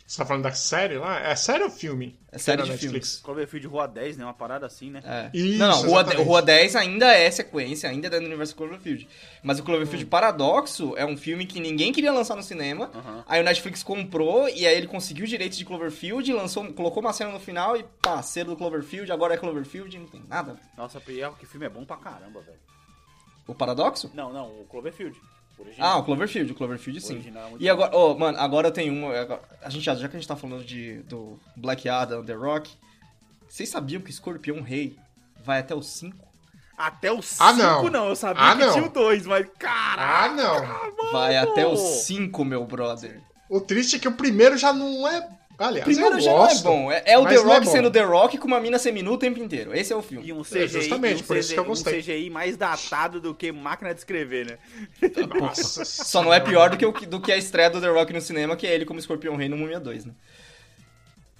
Speaker 6: Você tá falando da série lá? É série ou filme?
Speaker 4: É série
Speaker 6: Tem na
Speaker 4: de filmes.
Speaker 5: um. Cloverfield Rua 10, né? Uma parada assim, né?
Speaker 4: É.
Speaker 6: Isso,
Speaker 4: não, não, Rua, de-
Speaker 6: exatamente.
Speaker 4: Rua 10 ainda é sequência, ainda é do universo Cloverfield. Mas o Cloverfield Paradoxo é um filme que ninguém queria lançar no cinema.
Speaker 5: Aham.
Speaker 4: Aí o Netflix comprou e aí ele conseguiu os direitos de Cloverfield, lançou, colocou uma cena no final e pá, selo do Cloverfield, agora é Cloverfield, não tem nada.
Speaker 5: Nossa, pior que filme é bom pra caramba, velho.
Speaker 4: O Paradoxo?
Speaker 5: Não, não, o Cloverfield. Original.
Speaker 4: Ah, o Cloverfield, o Cloverfield sim.
Speaker 5: Original, muito
Speaker 4: e agora, oh, mano, agora eu tenho uma. agora- a gente, já já que a gente tá falando de, do Black Adam, The Rock, vocês sabiam que Escorpião Rei vai até o 5?
Speaker 5: Até o 5
Speaker 6: Ah, não.
Speaker 5: não. eu sabia
Speaker 6: Ah,
Speaker 5: que
Speaker 6: não.
Speaker 5: tinha o 2, mas
Speaker 6: Ah,
Speaker 5: caralho.
Speaker 6: não.
Speaker 4: Vai até o 5, meu brother.
Speaker 6: O triste é que o primeiro já não é. Aliás,
Speaker 4: Primeiro
Speaker 6: eu
Speaker 4: já
Speaker 6: gosto.
Speaker 4: não é bom. É, é o
Speaker 6: mas
Speaker 4: The
Speaker 6: não é
Speaker 4: Rock
Speaker 6: bom.
Speaker 4: sendo The Rock com uma mina seminu o tempo inteiro. Esse é o filme.
Speaker 5: E um CGI,
Speaker 6: Ah, justamente,
Speaker 5: e um
Speaker 6: por isso que eu
Speaker 5: CGI
Speaker 6: gostei.
Speaker 5: Um CGI mais datado do que máquina de escrever, né?
Speaker 6: Nossa.
Speaker 4: Só não é pior do que, o, que- do que a estreia do The Rock no cinema, que é ele como Escorpião Rei no Múmia 2, né?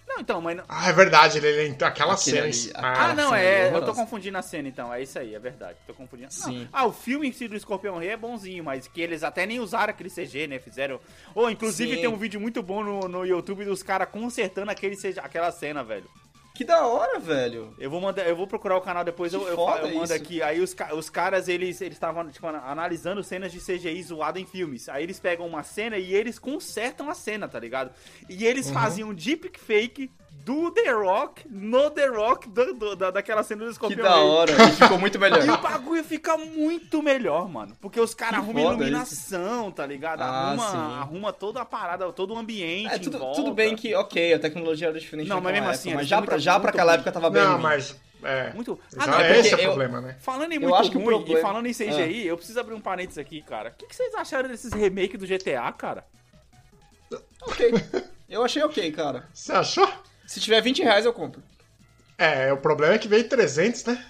Speaker 5: Não, então, mas... não-
Speaker 6: Ah, é verdade, ele, ele aquela
Speaker 4: Aquele
Speaker 6: cena.
Speaker 4: ali,
Speaker 6: em-
Speaker 4: aquela-
Speaker 5: Ah,
Speaker 6: Ah,
Speaker 5: não,
Speaker 4: cena
Speaker 5: é. Eu tô
Speaker 4: horrorosa.
Speaker 5: confundindo a cena, então. É isso aí, é verdade. Tô confundindo. Não.
Speaker 4: Sim.
Speaker 5: Ah, o filme em si do Escorpião Rei é bonzinho, mas que eles até nem usaram aquele CG, né? Fizeram. Ou, inclusive,
Speaker 4: Sim.
Speaker 5: tem um vídeo muito bom no, no YouTube dos caras consertando aquele CG, aquela cena, velho.
Speaker 4: Que da hora, velho.
Speaker 5: Eu vou mandar, eu vou procurar o canal depois,
Speaker 4: Que
Speaker 5: eu, eu,
Speaker 4: foda
Speaker 5: fa- eu mando
Speaker 4: isso.
Speaker 5: aqui. Aí os, ca- os caras, eles eles estavam tipo, ana- analisando cenas de CGI zoado em filmes. Aí eles pegam uma cena e eles consertam a cena, tá ligado? E
Speaker 4: Uhum.
Speaker 5: eles faziam um deep fake do The Rock no The Rock do- do- da, daquela cena do
Speaker 4: Que
Speaker 5: Escorpião
Speaker 4: da
Speaker 5: Rei.
Speaker 4: hora. E ficou muito
Speaker 5: E o
Speaker 4: melhor.
Speaker 5: bagulho fica muito melhor, mano. Porque os caras
Speaker 4: Que
Speaker 5: arrumam
Speaker 4: foda
Speaker 5: iluminação, tá ligado?
Speaker 4: Ah, sim.
Speaker 5: arruma, arruma toda a parada, todo o ambiente.
Speaker 4: É,
Speaker 5: em
Speaker 4: tudo,
Speaker 5: volta.
Speaker 4: tudo bem que, ok, a tecnologia era diferente
Speaker 5: Não, mas
Speaker 4: naquela
Speaker 5: mesmo assim,
Speaker 4: época, mas
Speaker 5: eles
Speaker 4: já,
Speaker 5: são
Speaker 4: pra,
Speaker 5: muito-
Speaker 4: já
Speaker 5: muito
Speaker 4: pra aquela época tava tá bem
Speaker 6: não,
Speaker 4: ruim.
Speaker 6: mas. É.
Speaker 5: Muito.
Speaker 6: Já
Speaker 5: Ah, não,
Speaker 6: é esse é o
Speaker 4: porque eu-
Speaker 6: problema, né?
Speaker 5: Falando em
Speaker 4: Eu
Speaker 5: muito
Speaker 4: acho que o
Speaker 5: ruim
Speaker 4: problema- Ah.
Speaker 5: e falando em CGI, eu preciso abrir um parênteses aqui, cara. O que, que vocês acharam desses remake do GTA, cara?
Speaker 4: Ok. Eu achei ok, cara.
Speaker 6: Você achou?
Speaker 4: Se tiver 20 reais, eu compro.
Speaker 6: É, o problema é que veio 300, né?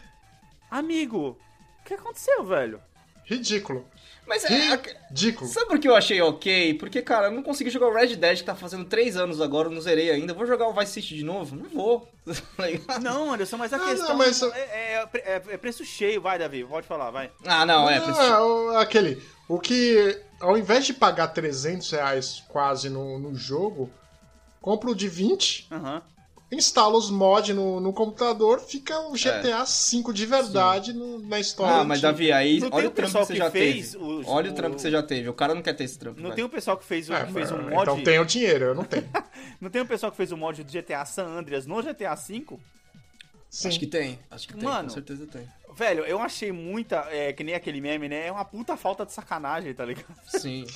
Speaker 5: Amigo, o que aconteceu, velho?
Speaker 6: Ridículo.
Speaker 4: Mas é. a-
Speaker 6: Ridículo.
Speaker 4: Sabe por que eu achei ok? Porque, cara, eu não consegui jogar o Red Dead, que tá fazendo 3 anos agora, eu não zerei ainda. Vou jogar o Vice City de novo? Não vou. (laughs) Tá ligado?
Speaker 5: Não, Anderson,
Speaker 4: Ah,
Speaker 5: mas a
Speaker 6: Não,
Speaker 5: questão
Speaker 6: não, mas-
Speaker 5: é, é- é- é preço cheio, vai, Davi, pode falar, vai.
Speaker 4: Ah, não, é.
Speaker 6: Ah,
Speaker 4: preciso-
Speaker 6: o- aquele. O que, ao invés de pagar 300 reais quase no, no jogo, compra o de 20,
Speaker 5: Aham.
Speaker 6: instala os mods no, no computador, fica o GTA V de verdade no- na história.
Speaker 4: É. Ah, mas
Speaker 6: antiga.
Speaker 4: Davi, aí
Speaker 5: Não tem
Speaker 4: olha
Speaker 5: o
Speaker 4: o trampo que
Speaker 5: pessoal
Speaker 4: você
Speaker 5: que
Speaker 4: já
Speaker 5: fez
Speaker 4: teve.
Speaker 5: os-
Speaker 4: olha o
Speaker 5: o- tipo
Speaker 4: trampo que você já teve. O cara não quer ter esse trampo.
Speaker 5: Não
Speaker 4: velho.
Speaker 5: tem o pessoal que fez, o-
Speaker 6: É,
Speaker 4: Ah,
Speaker 5: que fez um
Speaker 6: mas-
Speaker 5: mod.
Speaker 6: Então tem o dinheiro, eu não
Speaker 4: (laughs)
Speaker 6: tenho.
Speaker 5: Não tem o pessoal que fez o mod do GTA San Andreas no GTA V? um
Speaker 6: Sim.
Speaker 4: Acho que tem. Acho que tem.
Speaker 5: Mano.
Speaker 4: Com certeza tem.
Speaker 5: Velho, eu achei muita. É, que nem aquele meme, né? É uma puta falta de sacanagem, tá
Speaker 4: (laughs)
Speaker 5: ligado?
Speaker 4: Sim.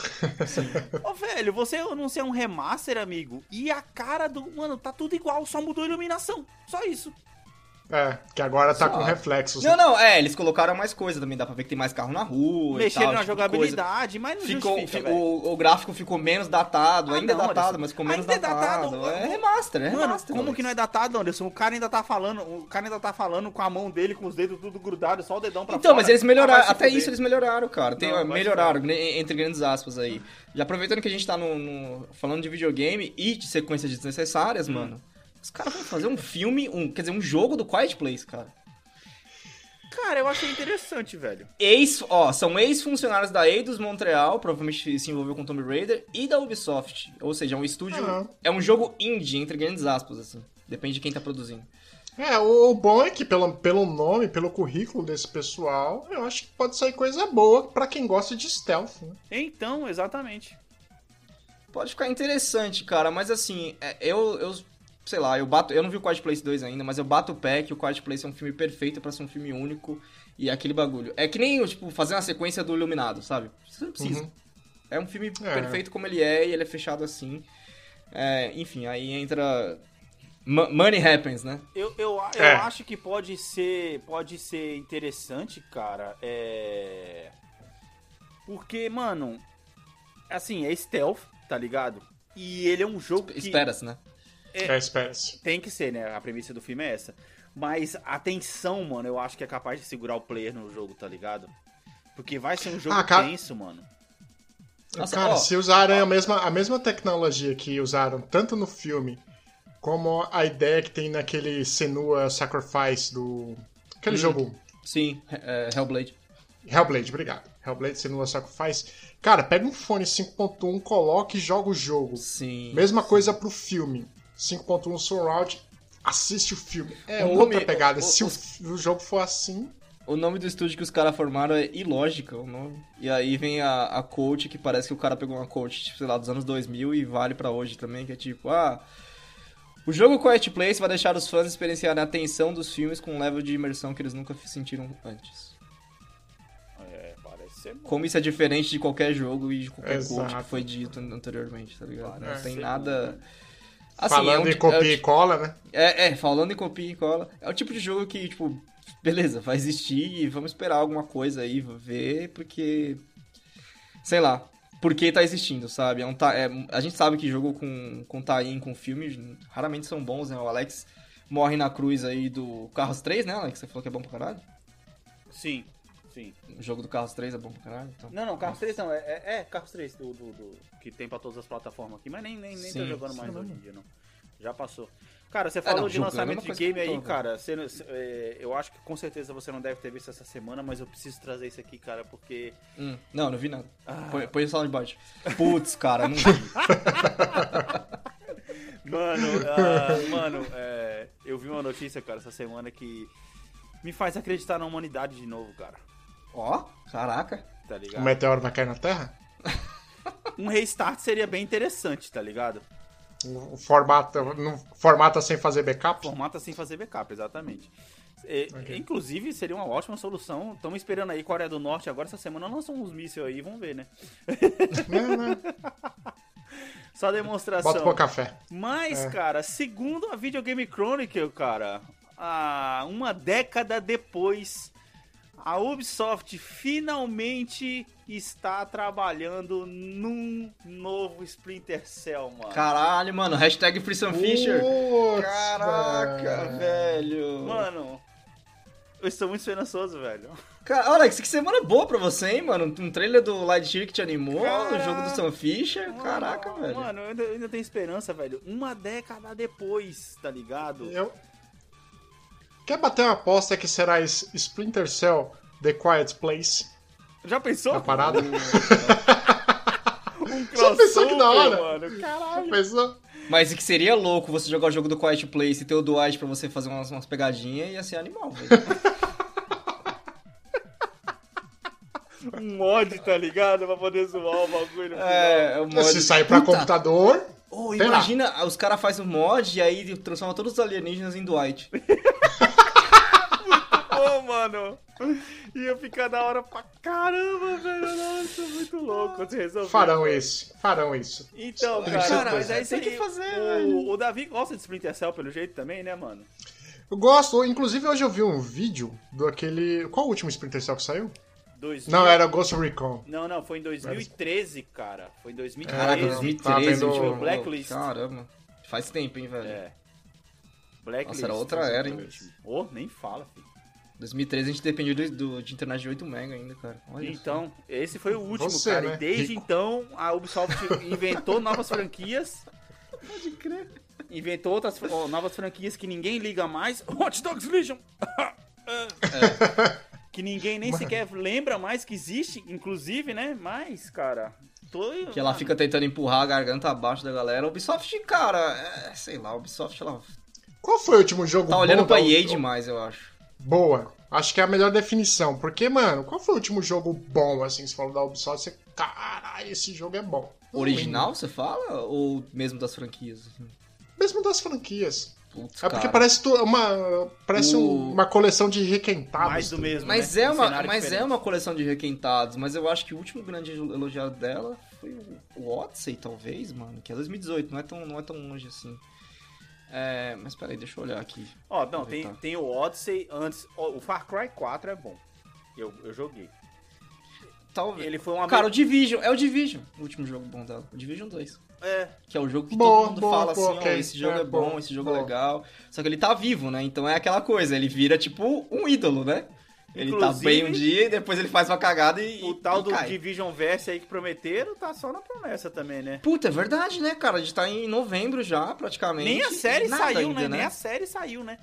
Speaker 5: Ô, velho, você anuncia um remaster, amigo, e a cara do. Mano, tá tudo igual, só mudou a iluminação. Só isso.
Speaker 6: É, que agora tá com reflexos.
Speaker 4: Não, não, é, eles colocaram mais coisa também, dá pra ver que tem mais carro na rua. e
Speaker 5: Mexeram
Speaker 4: tal,
Speaker 5: na
Speaker 4: esse tipo de
Speaker 5: jogabilidade, mas não
Speaker 4: coisa. Ficou,
Speaker 5: justifica,
Speaker 4: fi-
Speaker 5: velho.
Speaker 4: o, o gráfico ficou menos datado,
Speaker 5: Ah,
Speaker 4: ainda
Speaker 5: não,
Speaker 4: é datado,
Speaker 5: Anderson.
Speaker 4: mas ficou menos
Speaker 5: Ainda é
Speaker 4: datado.
Speaker 5: datado,
Speaker 4: É
Speaker 5: mano.
Speaker 4: remaster, é remaster.
Speaker 5: Mano, como
Speaker 4: Alex.
Speaker 5: que não é datado, Anderson? O cara ainda tá falando, o cara ainda tá falando com a mão dele, com os dedos tudo grudado, só o dedão pra
Speaker 4: Então,
Speaker 5: fora.
Speaker 4: mas eles melhoraram,
Speaker 5: Ah, vai se
Speaker 4: até
Speaker 5: fuder.
Speaker 4: isso eles melhoraram, cara. Tem,
Speaker 5: Não, vai se
Speaker 4: melhoraram, né, entre grandes aspas aí. Já aproveitando que a gente tá no, no- falando de videogame e de sequências desnecessárias,
Speaker 5: Hum.
Speaker 4: mano. Os caras vão fazer um filme, um, quer dizer, um jogo do Quiet Place, cara.
Speaker 5: Cara, eu achei interessante, velho.
Speaker 4: Ex, ó, são ex-funcionários da Eidos Montreal, provavelmente se envolveu com Tomb Raider, e da Ubisoft. Ou seja, é um estúdio.
Speaker 6: Ah.
Speaker 4: É um jogo indie, entre grandes aspas, assim. Depende de quem tá produzindo.
Speaker 6: É, o, o bom é que pelo, pelo nome, pelo currículo desse pessoal, eu acho que pode sair coisa boa pra quem gosta de stealth. Né?
Speaker 5: Então, exatamente.
Speaker 4: Pode ficar interessante, cara, mas assim, é, eu, eu sei lá, eu bato, eu não vi o Quiet Place 2 ainda, mas eu bato o pé que o Quiet Place é um filme perfeito pra ser um filme único e é aquele bagulho. É que nem, tipo, fazer uma sequência do Iluminado, sabe? Você não precisa.
Speaker 6: Uhum.
Speaker 4: É um filme
Speaker 6: É.
Speaker 4: perfeito como ele é e ele é fechado assim. É, enfim, aí entra Ma- Money Happens, né?
Speaker 5: Eu, eu, eu
Speaker 6: É.
Speaker 5: acho que pode ser, pode ser interessante, cara. É. Porque, mano, assim, é stealth, tá ligado? E ele é um jogo que
Speaker 4: Espera-se, né?
Speaker 6: É, espera-se.
Speaker 5: tem que ser, né? A premissa do filme é essa. Mas a tensão, mano, eu acho que é capaz de segurar o player no jogo, tá ligado? Porque vai ser um jogo
Speaker 6: Ah, cara-
Speaker 5: tenso, mano.
Speaker 4: Nossa,
Speaker 6: É, Cara,
Speaker 4: ó.
Speaker 6: se usarem a mesma, a mesma tecnologia que usaram tanto no filme, como a ideia que tem naquele Senua Sacrifice do. Aquele jogo
Speaker 4: Sim, é, Hellblade.
Speaker 6: Hellblade, obrigado. Hellblade Senua Sacrifice. Cara, pega um fone 5.1, coloca e joga o jogo.
Speaker 4: Sim.
Speaker 6: Mesma coisa pro filme. 5.1 Surround, assiste o filme. É
Speaker 4: O
Speaker 6: outra
Speaker 4: nome-
Speaker 6: pegada.
Speaker 4: o-
Speaker 6: Se o,
Speaker 4: os-
Speaker 6: f- o jogo for assim.
Speaker 4: O nome do estúdio que os caras formaram é Ilógica, o nome. E aí vem a, a coach, que parece que o cara pegou uma coach, tipo, sei lá, dos anos 2000 e vale pra hoje também, que é tipo, ah... O jogo Quiet Place vai deixar os fãs experienciarem a tensão dos filmes com um level de imersão que eles nunca sentiram antes.
Speaker 5: É, parece ser bom.
Speaker 4: Como isso é diferente de qualquer jogo e de qualquer coach que
Speaker 6: Exato. É,
Speaker 4: foi dito anteriormente, tá ligado? Não
Speaker 5: Parece
Speaker 4: tem
Speaker 5: ser
Speaker 4: nada... Assim,
Speaker 6: falando
Speaker 4: é um
Speaker 6: em
Speaker 4: di-
Speaker 6: copia
Speaker 4: é,
Speaker 6: e
Speaker 4: um di-
Speaker 6: cola, né?
Speaker 4: é, é, falando em copia e cola, é o tipo de jogo que, tipo, beleza, vai existir e vamos esperar alguma coisa aí, vou ver, porque. Sei lá, porque tá existindo, sabe? É um ta- é, a gente sabe que jogo com, com tie-in, com filme, raramente são bons, né? O Alex morre na cruz aí do Carros 3, né, Alex? Você falou que é bom pra caralho?
Speaker 5: Sim, sim.
Speaker 4: O jogo do Carros 3 é bom pra caralho, então.
Speaker 5: Não, não, Carros 3 não. É, é, é Carros 3 do, do- do- que tem pra todas as plataformas aqui, mas nem, nem, nem tô
Speaker 4: Sim,
Speaker 5: jogando
Speaker 4: sim, é
Speaker 5: mais
Speaker 4: não.
Speaker 5: hoje em dia, não. Já passou. Cara, você
Speaker 4: não,
Speaker 5: falou de
Speaker 4: jogando é
Speaker 5: lançamento
Speaker 4: uma
Speaker 5: de
Speaker 4: coisa que
Speaker 5: game
Speaker 4: eu não
Speaker 5: aí,
Speaker 4: tô,
Speaker 5: cara. Você não- você- é, eu acho que com certeza você não deve ter visto essa semana, mas eu preciso trazer isso aqui, cara, porque.
Speaker 4: Hum, não, não vi nada.
Speaker 5: Ah.
Speaker 4: Põe, põe o salão de baixo. Putz, cara,
Speaker 5: (laughs)
Speaker 4: não vi.
Speaker 6: (laughs)
Speaker 5: Mano, ah, mano, é, eu vi uma notícia, cara, essa semana que me faz acreditar na humanidade de novo, cara.
Speaker 4: Ó, caraca.
Speaker 5: Tá
Speaker 6: O
Speaker 5: ligado?
Speaker 6: meteoro vai cair na Terra?
Speaker 5: Um restart seria bem interessante, tá ligado?
Speaker 6: O formato, no, formata sem fazer backup?
Speaker 5: Formata sem fazer backup, exatamente. É,
Speaker 6: Ok.
Speaker 5: Inclusive, seria uma ótima solução. Estamos esperando aí Coreia do Norte agora essa semana lançam uns mísseis aí, vamos ver, né?
Speaker 6: Não, não.
Speaker 5: (laughs) Só demonstração.
Speaker 6: Bota pro café.
Speaker 5: Mas,
Speaker 6: É.
Speaker 5: cara, segundo a Videogame Chronicle, cara, ah, uma década depois, a Ubisoft finalmente está trabalhando num novo Splinter Cell, mano.
Speaker 4: Caralho, mano. Hashtag Free Sam Fisher.
Speaker 6: Putz,
Speaker 4: Caraca,
Speaker 6: mano.
Speaker 4: velho.
Speaker 5: Mano, eu estou muito esperançoso, velho.
Speaker 4: Cara, Alex, que semana boa pra você, hein, mano? Um trailer do Lightyear que te animou,
Speaker 5: Cara.
Speaker 4: o jogo do Sam Fisher.
Speaker 5: Mano,
Speaker 4: Caraca, velho.
Speaker 5: Mano, eu ainda, eu ainda tenho esperança, velho. Uma década depois, tá ligado?
Speaker 6: Eu... Quer bater uma aposta que será es- Splinter Cell The Quiet Place
Speaker 5: Já pensou?
Speaker 6: na parada?
Speaker 5: Um
Speaker 6: Só pensou que da hora.
Speaker 5: crossover, mano. Caralho.
Speaker 6: Pensou?
Speaker 4: (laughs) Mas e que seria louco você jogar o jogo do Quiet Place e ter o Dwight pra você fazer umas, umas pegadinhas e ia ser animal, velho.
Speaker 5: Um mod, tá ligado? Pra poder zoar o bagulho.
Speaker 4: (laughs) é, o mod...
Speaker 6: Se sair pra
Speaker 4: Puta,
Speaker 6: computador,
Speaker 4: ô,
Speaker 6: sei lá.
Speaker 4: imagina, os caras fazem um mod e aí transformam todos os alienígenas em Dwight.
Speaker 6: É,
Speaker 5: Ô, mano. Ia ficar da hora pra caramba, velho. Nossa, muito louco. Quando você resolver.
Speaker 6: farão isso. Farão isso.
Speaker 5: Então,
Speaker 6: Tem
Speaker 5: cara,
Speaker 6: certeza.
Speaker 5: mas é isso
Speaker 4: Tem que
Speaker 5: aí.
Speaker 4: fazer,
Speaker 5: o,
Speaker 4: velho.
Speaker 5: o Davi gosta de Splinter Cell pelo jeito também, né, mano?
Speaker 6: Eu gosto, inclusive hoje eu vi um vídeo do aquele. Qual o último Splinter Cell que saiu?
Speaker 5: 2000...
Speaker 6: Não, era Ghost Recon.
Speaker 5: Não, não, foi em 2013, cara. Foi em 2013.
Speaker 4: Caraca,
Speaker 6: Caraca, não. Tá
Speaker 4: 2013,
Speaker 6: vendo-
Speaker 4: eu tive o
Speaker 5: Blacklist.
Speaker 4: Caramba. Faz tempo, hein, velho.
Speaker 5: É. Blacklist.
Speaker 4: Nossa, era outra era, hein?
Speaker 5: Ô, nem fala, filho.
Speaker 4: 2013 a gente dependia do, do- de internet de 8 mega ainda, cara. Olha
Speaker 5: Então, esse foi o último,
Speaker 6: Você,
Speaker 5: cara.
Speaker 6: né?
Speaker 5: E desde
Speaker 6: Rico.
Speaker 5: então, a Ubisoft (laughs) inventou novas franquias. Pode crer. Inventou outras fran- ó, novas franquias que ninguém liga mais. (laughs) Hot Dogs Legion! É. Que ninguém nem sequer lembra mais que existe, inclusive, né? Mas, cara. Tô...
Speaker 4: só. Que ela fica tentando empurrar a garganta abaixo da galera. Ubisoft, cara, é, sei lá, Ubisoft ela
Speaker 6: Qual foi o último jogo
Speaker 4: tá
Speaker 6: bom é
Speaker 4: olhando pra
Speaker 6: da-
Speaker 4: EA demais, eu acho.
Speaker 6: Boa. Acho que é a melhor definição. Porque, mano, qual foi o último jogo bom, assim, se falou da Ubisoft, você. Caralho, esse jogo é bom.
Speaker 4: Original, você fala? Ou mesmo das franquias?
Speaker 6: Mesmo das franquias.
Speaker 4: Putz,
Speaker 6: É porque
Speaker 4: cara.
Speaker 6: parece tu- uma. Parece um-
Speaker 4: O-
Speaker 6: uma coleção de requentados.
Speaker 5: mais do
Speaker 6: tudo.
Speaker 5: mesmo.
Speaker 4: Mas,
Speaker 5: né?
Speaker 4: é,
Speaker 5: Um
Speaker 4: uma,
Speaker 5: cenário
Speaker 4: mas é
Speaker 5: diferente.
Speaker 4: uma coleção de requentados, mas eu acho que o último grande elogiado dela foi o- o Odyssey, talvez, mano, que é 2018, não é tão, não é tão longe assim. É, mas peraí, deixa eu olhar aqui.
Speaker 5: Ó, não, tem,
Speaker 4: Aproveitar.
Speaker 5: tem o Odyssey antes. ó, O Far Cry 4 é bom. Eu, eu joguei.
Speaker 4: Talvez.
Speaker 5: Ele foi uma.
Speaker 4: Cara, o Division, é o Division, o último jogo bom dela, o Division 2.
Speaker 5: É,
Speaker 4: Que é o jogo que
Speaker 6: Boa,
Speaker 4: todo mundo
Speaker 6: boa,
Speaker 4: fala
Speaker 6: boa,
Speaker 4: assim, ó,
Speaker 6: ok.
Speaker 4: esse jogo é,
Speaker 6: É,
Speaker 4: bom,
Speaker 6: boa,
Speaker 4: esse jogo é
Speaker 6: boa.
Speaker 4: legal. Só que ele tá vivo, né? Então é aquela coisa, ele vira tipo um ídolo, né? Ele tá
Speaker 5: Inclusive-
Speaker 4: bem um dia e depois ele faz uma cagada e.
Speaker 5: O tal
Speaker 4: e
Speaker 5: do
Speaker 4: cai.
Speaker 5: Division Verse aí que prometeram tá só na promessa também, né?
Speaker 4: Puta, é verdade, né, cara? A gente tá em novembro já, praticamente.
Speaker 5: Nem a série
Speaker 4: Nada
Speaker 5: saiu,
Speaker 4: ainda,
Speaker 5: né? Nem a série saiu, né?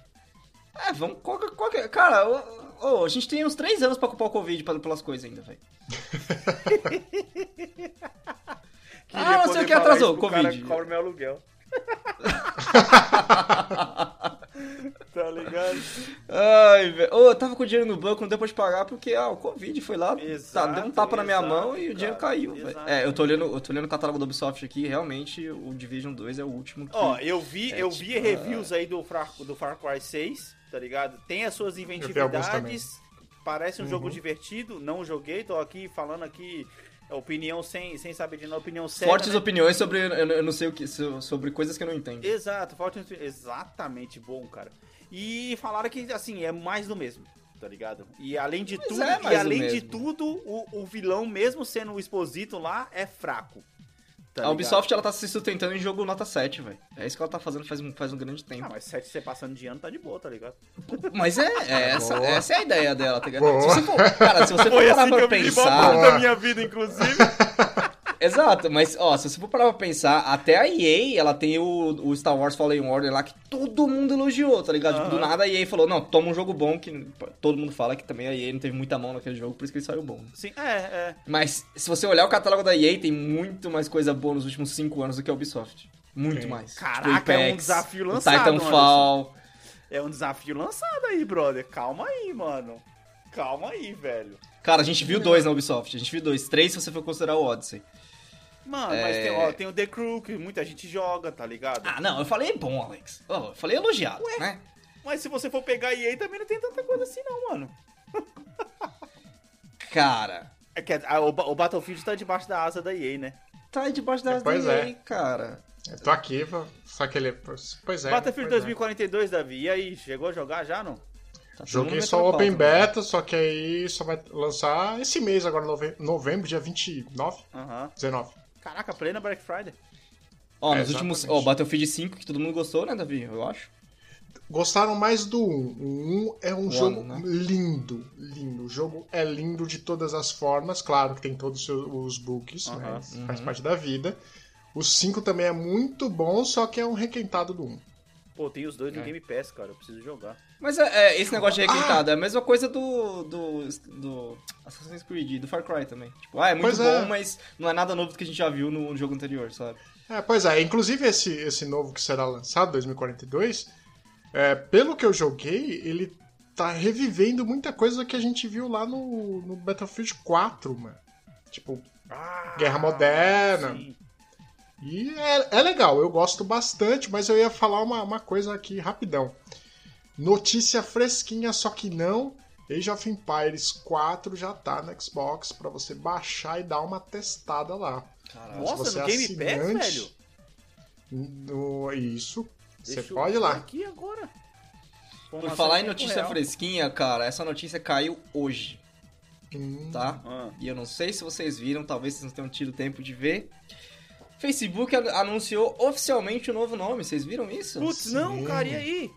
Speaker 4: É, vamos. Qual, que- qual que- cara, ô, ô, a gente tem uns três anos pra culpar o Covid pela- pelas coisas ainda,
Speaker 5: (laughs)
Speaker 4: velho. Ah, não sei o que atrasou, Covid.
Speaker 5: Cara, meu
Speaker 4: (laughs)
Speaker 5: aluguel. tá ligado?
Speaker 4: Ai, velho. Ô, eu tava com o dinheiro no banco, não deu pra te pagar, porque ah, o Covid foi lá,
Speaker 5: Exato,
Speaker 4: tá, deu um tapa na minha
Speaker 5: exato,
Speaker 4: mão e o
Speaker 5: cara,
Speaker 4: dinheiro caiu, velho.
Speaker 5: exato.
Speaker 4: É, eu tô olhando, eu tô olhando o catálogo do Ubisoft aqui, realmente o Division 2 é o último que.
Speaker 5: Ó, eu vi,
Speaker 4: É,
Speaker 5: eu vi
Speaker 4: tipo,
Speaker 5: reviews aí do Far, do Far Cry 6, tá ligado? Tem as suas
Speaker 6: alguns também.
Speaker 5: inventividades. Parece um
Speaker 4: Uhum.
Speaker 5: jogo divertido, não joguei, tô aqui falando aqui opinião sem, sem saber de nada, opinião certa.
Speaker 4: Fortes opiniões sobre. Eu, eu não sei o que. so- Sobre coisas que eu não entendo.
Speaker 5: Exato, Fortune Twin- exatamente bom, cara. E falaram que assim, é mais do mesmo, tá ligado? E além de tudo,
Speaker 4: é mais
Speaker 5: e
Speaker 4: do
Speaker 5: além de
Speaker 4: mesmo.
Speaker 5: tudo, o, o vilão mesmo sendo o exposito lá é fraco. tá
Speaker 4: a
Speaker 5: ligado?
Speaker 4: Ubisoft, ela tá se sustentando em jogo nota 7, velho. É isso que ela tá fazendo faz, um- faz um grande tempo.
Speaker 5: Ah, mas 7 você passando de ano tá de boa, tá ligado?
Speaker 4: Mas é, é essa,
Speaker 6: Ah, Boa.
Speaker 4: essa é a ideia dela, tá ligado?
Speaker 6: Boa.
Speaker 4: Se você for, cara, se você for
Speaker 5: assim
Speaker 4: parar pra pensar.
Speaker 6: da
Speaker 4: (laughs)
Speaker 5: minha vida, inclusive.
Speaker 4: Exato, mas ó, se você for parar pra pensar, até a EA, ela tem o, o Star Wars Fallen Order lá que todo mundo elogiou, tá ligado? Tipo, do
Speaker 5: Aham.
Speaker 4: nada a EA falou, não, toma um jogo bom, que todo mundo fala que também a EA não teve muita mão naquele jogo, por isso que ele saiu bom.
Speaker 5: Sim, é, é.
Speaker 4: Mas se você olhar o catálogo da EA, tem muito mais coisa boa nos últimos 5 anos do que a Ubisoft. Muito
Speaker 6: Sim.
Speaker 4: mais. Tipo,
Speaker 5: Caraca, é um desafio
Speaker 4: o
Speaker 5: lançado,
Speaker 4: Titanfall.
Speaker 5: É um desafio lançado aí, brother. Calma aí, mano. Calma aí, velho.
Speaker 4: Cara, a gente viu dois na Ubisoft, a gente viu dois. Três se você for considerar o Odyssey.
Speaker 5: Mano, mas
Speaker 4: É.
Speaker 5: tem, ó, tem o The Crew, que muita gente joga, tá ligado?
Speaker 4: Ah, não, eu falei bom, Alex. Ó, eu falei elogiado, né?
Speaker 5: Mas se você for pegar EA, também não tem tanta coisa assim, não, mano.
Speaker 4: Cara,
Speaker 5: É que a- o, Ba- o Battlefield tá debaixo da asa da EA, né?
Speaker 4: tá aí debaixo da
Speaker 6: Pois
Speaker 4: da
Speaker 6: é.
Speaker 4: EA, cara.
Speaker 6: Eu tô aqui, só que ele. Pois é.
Speaker 5: Battlefield
Speaker 6: pois é.
Speaker 5: 2042, Davi, e aí? Chegou a jogar já, não?
Speaker 4: Tá todo
Speaker 6: Joguei
Speaker 4: mundo né?
Speaker 6: só o Open
Speaker 4: metropolitano.
Speaker 6: Beta, só que aí só vai lançar esse mês agora, nove- novembro, dia 29,
Speaker 5: Aham.
Speaker 6: 19.
Speaker 5: Caraca, plena Black Friday.
Speaker 4: Ó,
Speaker 6: É,
Speaker 4: nos últimos. Ó,
Speaker 6: exatamente.
Speaker 4: Battlefield 5, que todo mundo gostou, né, Davi? Eu acho.
Speaker 6: Gostaram mais do 1. O 1 é um
Speaker 4: O
Speaker 6: jogo
Speaker 4: ano, né?
Speaker 6: lindo, lindo. O jogo é lindo de todas as formas, claro que tem todos os seus- os bugs,
Speaker 5: Aham,
Speaker 6: né? faz parte da vida. O 5 também é muito bom, só que é um requentado do 1.
Speaker 5: Pô, tem os dois
Speaker 6: É.
Speaker 5: no Game Pass, cara. Eu preciso jogar.
Speaker 4: Mas é, é, esse negócio
Speaker 6: Ah!
Speaker 4: de requintado é a mesma coisa do, do. do Assassin's Creed, e do Far Cry também. Tipo, ah, é muito
Speaker 6: Pois
Speaker 4: bom,
Speaker 6: é.
Speaker 4: mas não é nada novo do que a gente já viu no jogo anterior, sabe?
Speaker 6: É, pois é, inclusive esse, esse novo que será lançado, 2042, é, pelo que eu joguei, ele tá revivendo muita coisa que a gente viu lá no, no Battlefield 4, mano. Tipo, Guerra Moderna.
Speaker 5: Ah, Sim.
Speaker 6: E é, é legal, eu gosto bastante, mas eu ia falar uma, uma coisa aqui rapidão. Notícia fresquinha, só que não. Age of Empires 4 já tá no Xbox pra você baixar e dar uma testada lá.
Speaker 4: Caralho.
Speaker 6: Se
Speaker 5: Nossa,
Speaker 6: você
Speaker 5: no
Speaker 6: é
Speaker 5: Game Pass,
Speaker 6: assinante,
Speaker 5: velho?
Speaker 6: No, isso. Você
Speaker 5: Deixa eu
Speaker 6: pode ir
Speaker 5: ver
Speaker 6: lá.
Speaker 5: Aqui agora.
Speaker 4: Por falar em notícia fresquinha, cara, essa notícia caiu hoje,
Speaker 6: Hum,
Speaker 4: tá?
Speaker 5: Ah,
Speaker 4: E eu não sei se vocês viram, talvez vocês não tenham tido tempo de ver. Facebook an- anunciou oficialmente o novo nome, vocês viram isso?
Speaker 5: Putz, não,
Speaker 6: Sim.
Speaker 5: cara, e aí?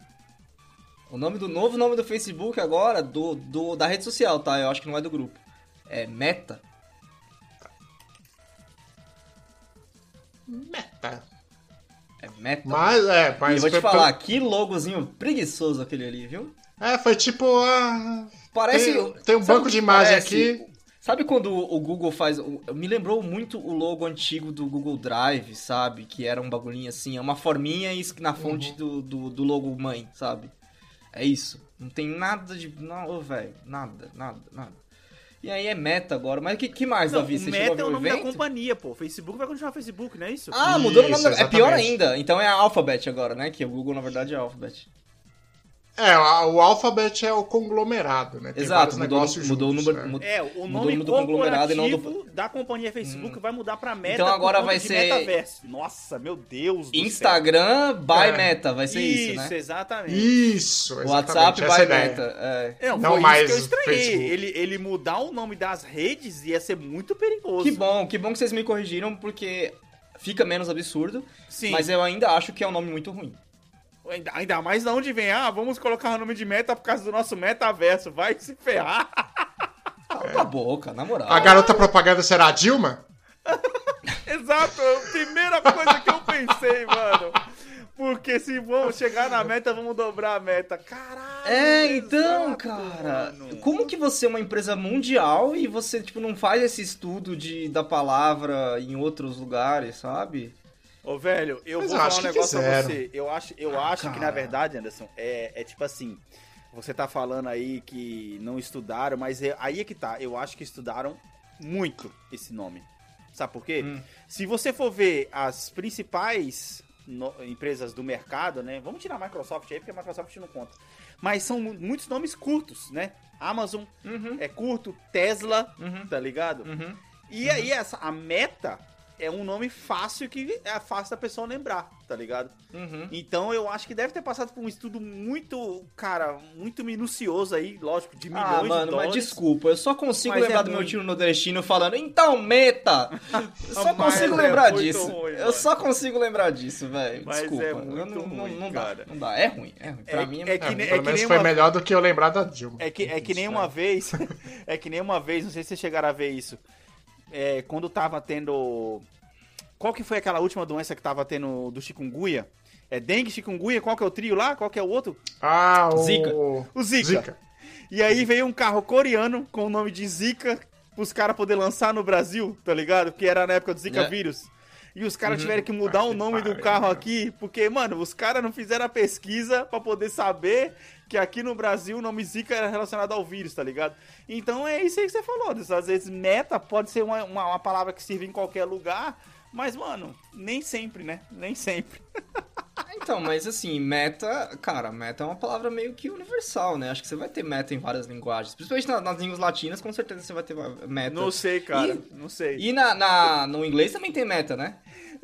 Speaker 4: O nome do novo nome do Facebook agora, do, do da rede social, tá? Eu acho que não é do grupo. É Meta.
Speaker 6: Meta.
Speaker 4: É Meta.
Speaker 6: Mas, é,
Speaker 4: e eu
Speaker 6: mas
Speaker 4: vou
Speaker 6: foi-
Speaker 4: te falar, que logozinho preguiçoso aquele ali, viu?
Speaker 6: É, foi tipo. Ah,
Speaker 4: Parece.
Speaker 6: tem, tem um
Speaker 4: sabe
Speaker 6: banco
Speaker 4: o
Speaker 6: de
Speaker 4: que
Speaker 6: imagem
Speaker 4: parece?
Speaker 6: aqui.
Speaker 4: Sabe quando o Google faz. o- Me lembrou muito o logo antigo do Google Drive, sabe? Que era um bagulhinho assim, é uma forminha e es- na
Speaker 6: Uhum.
Speaker 4: fonte do, do, do logo mãe, sabe? É isso. Não tem nada de. Não, ô, velho. Nada, nada, nada. E aí é meta agora. Mas o que, que mais,
Speaker 5: Não,
Speaker 4: Davi?
Speaker 5: o
Speaker 4: Você chegou a
Speaker 5: Meta
Speaker 4: ver
Speaker 5: é o
Speaker 4: o
Speaker 5: nome da
Speaker 4: evento?
Speaker 5: companhia, pô. O Facebook vai continuar Facebook, não é isso?
Speaker 4: Ah, mudou o nome
Speaker 6: Isso,
Speaker 4: da... É pior
Speaker 6: exatamente.
Speaker 4: ainda. Então é a Alphabet agora, né? Que o Google, na verdade, é a Alphabet.
Speaker 6: É, a- o Alphabet é o conglomerado, né? Tem vários
Speaker 4: Exato, mudou,
Speaker 6: negócios
Speaker 4: mudou o
Speaker 6: juntos,
Speaker 4: número.
Speaker 6: né?
Speaker 4: mud-
Speaker 5: É, o
Speaker 4: Mudou o
Speaker 5: nome
Speaker 4: nome do conglomerado e não do-
Speaker 5: corporativo da companhia Facebook
Speaker 6: Hum.
Speaker 5: vai mudar pra Meta.
Speaker 4: Então agora
Speaker 5: por conta
Speaker 4: vai
Speaker 5: de
Speaker 4: ser-
Speaker 5: Metaverso. Nossa, meu Deus do céu.
Speaker 4: Instagram by
Speaker 6: É.
Speaker 4: Meta, vai ser isso, né?
Speaker 5: exatamente.
Speaker 6: Isso, exatamente.
Speaker 4: WhatsApp
Speaker 6: essa é a
Speaker 4: by
Speaker 6: ideia.
Speaker 4: Meta. é.
Speaker 5: Não,
Speaker 6: Não
Speaker 5: foi
Speaker 6: mais
Speaker 5: isso que eu estranhei.
Speaker 6: Facebook.
Speaker 5: Ele, ele mudar o nome das redes ia ser muito perigoso.
Speaker 4: Que bom, que bom que vocês me corrigiram, porque fica menos absurdo,
Speaker 5: Sim.
Speaker 4: mas eu ainda acho que é um nome muito ruim.
Speaker 5: Ainda, ainda mais da onde vem. Ah, vamos colocar o nome de Meta por causa do nosso metaverso. Vai se ferrar. (laughs)
Speaker 6: É.
Speaker 4: Cala a boca, na moral.
Speaker 6: A garota propaganda será a Dilma?
Speaker 5: Exato, a primeira coisa que eu pensei, mano. Porque se vamos chegar na meta, vamos dobrar a meta. Caralho!
Speaker 4: É, então,
Speaker 5: exato,
Speaker 4: cara,
Speaker 5: mano.
Speaker 4: como que você é uma empresa mundial e você, tipo, não faz esse estudo de, da palavra em outros lugares, sabe?
Speaker 5: Ô, velho, eu
Speaker 6: Mas
Speaker 5: vou
Speaker 6: eu acho
Speaker 5: falar um
Speaker 6: que
Speaker 5: negócio pra
Speaker 6: fizeram. Ah,
Speaker 5: você. Eu acho, eu acho que, na verdade, Anderson, é, é tipo assim. Você tá falando aí que não estudaram, mas é- aí é que tá. Eu acho que estudaram muito esse nome. Sabe por quê?
Speaker 6: Hum.
Speaker 5: Se você for ver as principais no- empresas do mercado, né? Vamos tirar a Microsoft aí, porque a Microsoft não conta. Mas são mu- muitos nomes curtos, né? Amazon
Speaker 4: Uhum,
Speaker 5: é curto, Tesla,
Speaker 4: uhum,
Speaker 5: tá ligado?
Speaker 4: uhum.
Speaker 5: E aí, essa, a meta é um nome fácil que é fácil da pessoa lembrar, tá ligado?
Speaker 4: Uhum.
Speaker 5: Então eu acho que deve ter passado por um estudo muito, cara, muito minucioso aí, lógico, de milhões
Speaker 4: Ah,
Speaker 5: de
Speaker 4: mano, mas
Speaker 5: dólares.
Speaker 4: desculpa, eu só consigo
Speaker 5: Mas é
Speaker 4: lembrar do meu
Speaker 5: ruim.
Speaker 4: tio nordestino falando, então, meta! Eu
Speaker 5: (laughs)
Speaker 4: só
Speaker 5: Mas
Speaker 4: consigo
Speaker 5: é
Speaker 4: lembrar
Speaker 5: muito
Speaker 4: disso.
Speaker 5: ruim,
Speaker 4: eu
Speaker 5: mano.
Speaker 4: só consigo lembrar disso, velho.
Speaker 5: Mas é
Speaker 4: Desculpa. eu
Speaker 5: muito
Speaker 4: não, não-
Speaker 5: ruim,
Speaker 4: não dá,
Speaker 5: cara.
Speaker 4: não dá. É ruim, é ruim. Pra
Speaker 5: É-
Speaker 4: mim
Speaker 5: é
Speaker 6: É,
Speaker 5: que nem-
Speaker 6: pelo
Speaker 5: que
Speaker 6: menos
Speaker 5: nem
Speaker 6: foi
Speaker 5: uma-
Speaker 6: melhor do que eu lembrar da Dilma.
Speaker 5: É que, é que nem
Speaker 6: Isso,
Speaker 5: uma
Speaker 6: é.
Speaker 5: vez, (laughs) é que nem uma vez, não sei se vocês chegaram a ver isso. É, quando tava tendo. Qual que foi aquela última doença que tava tendo do chikungunya? É dengue, chikungunya, qual que é o trio lá? Qual que é o outro?
Speaker 6: Ah, o.
Speaker 4: Zika.
Speaker 5: O Zika.
Speaker 6: Zika.
Speaker 5: E aí veio um carro coreano com o nome de Zika pros caras poder lançar no Brasil, tá ligado? Que era na época do Zika
Speaker 4: É.
Speaker 5: vírus. E os caras tiveram Uhum. que mudar
Speaker 6: Ah,
Speaker 5: o
Speaker 6: que
Speaker 5: nome do
Speaker 6: pariu,
Speaker 5: carro
Speaker 6: meu.
Speaker 5: aqui, porque, mano, os caras não fizeram a pesquisa pra poder saber que aqui no Brasil o nome Zika era relacionado ao vírus, tá ligado? Então é isso aí que você falou. né? Às vezes meta pode ser uma, uma, uma palavra que serve em qualquer lugar, mas, mano, nem sempre, né? Nem sempre.
Speaker 4: Então, mas assim, meta, cara, meta é uma palavra meio que universal, né? Acho que você vai ter meta em várias linguagens. Principalmente na- nas línguas latinas, com certeza você vai ter va- meta.
Speaker 5: Não sei, cara.
Speaker 4: E-
Speaker 5: Não sei.
Speaker 4: E na, na- no inglês também tem meta, né?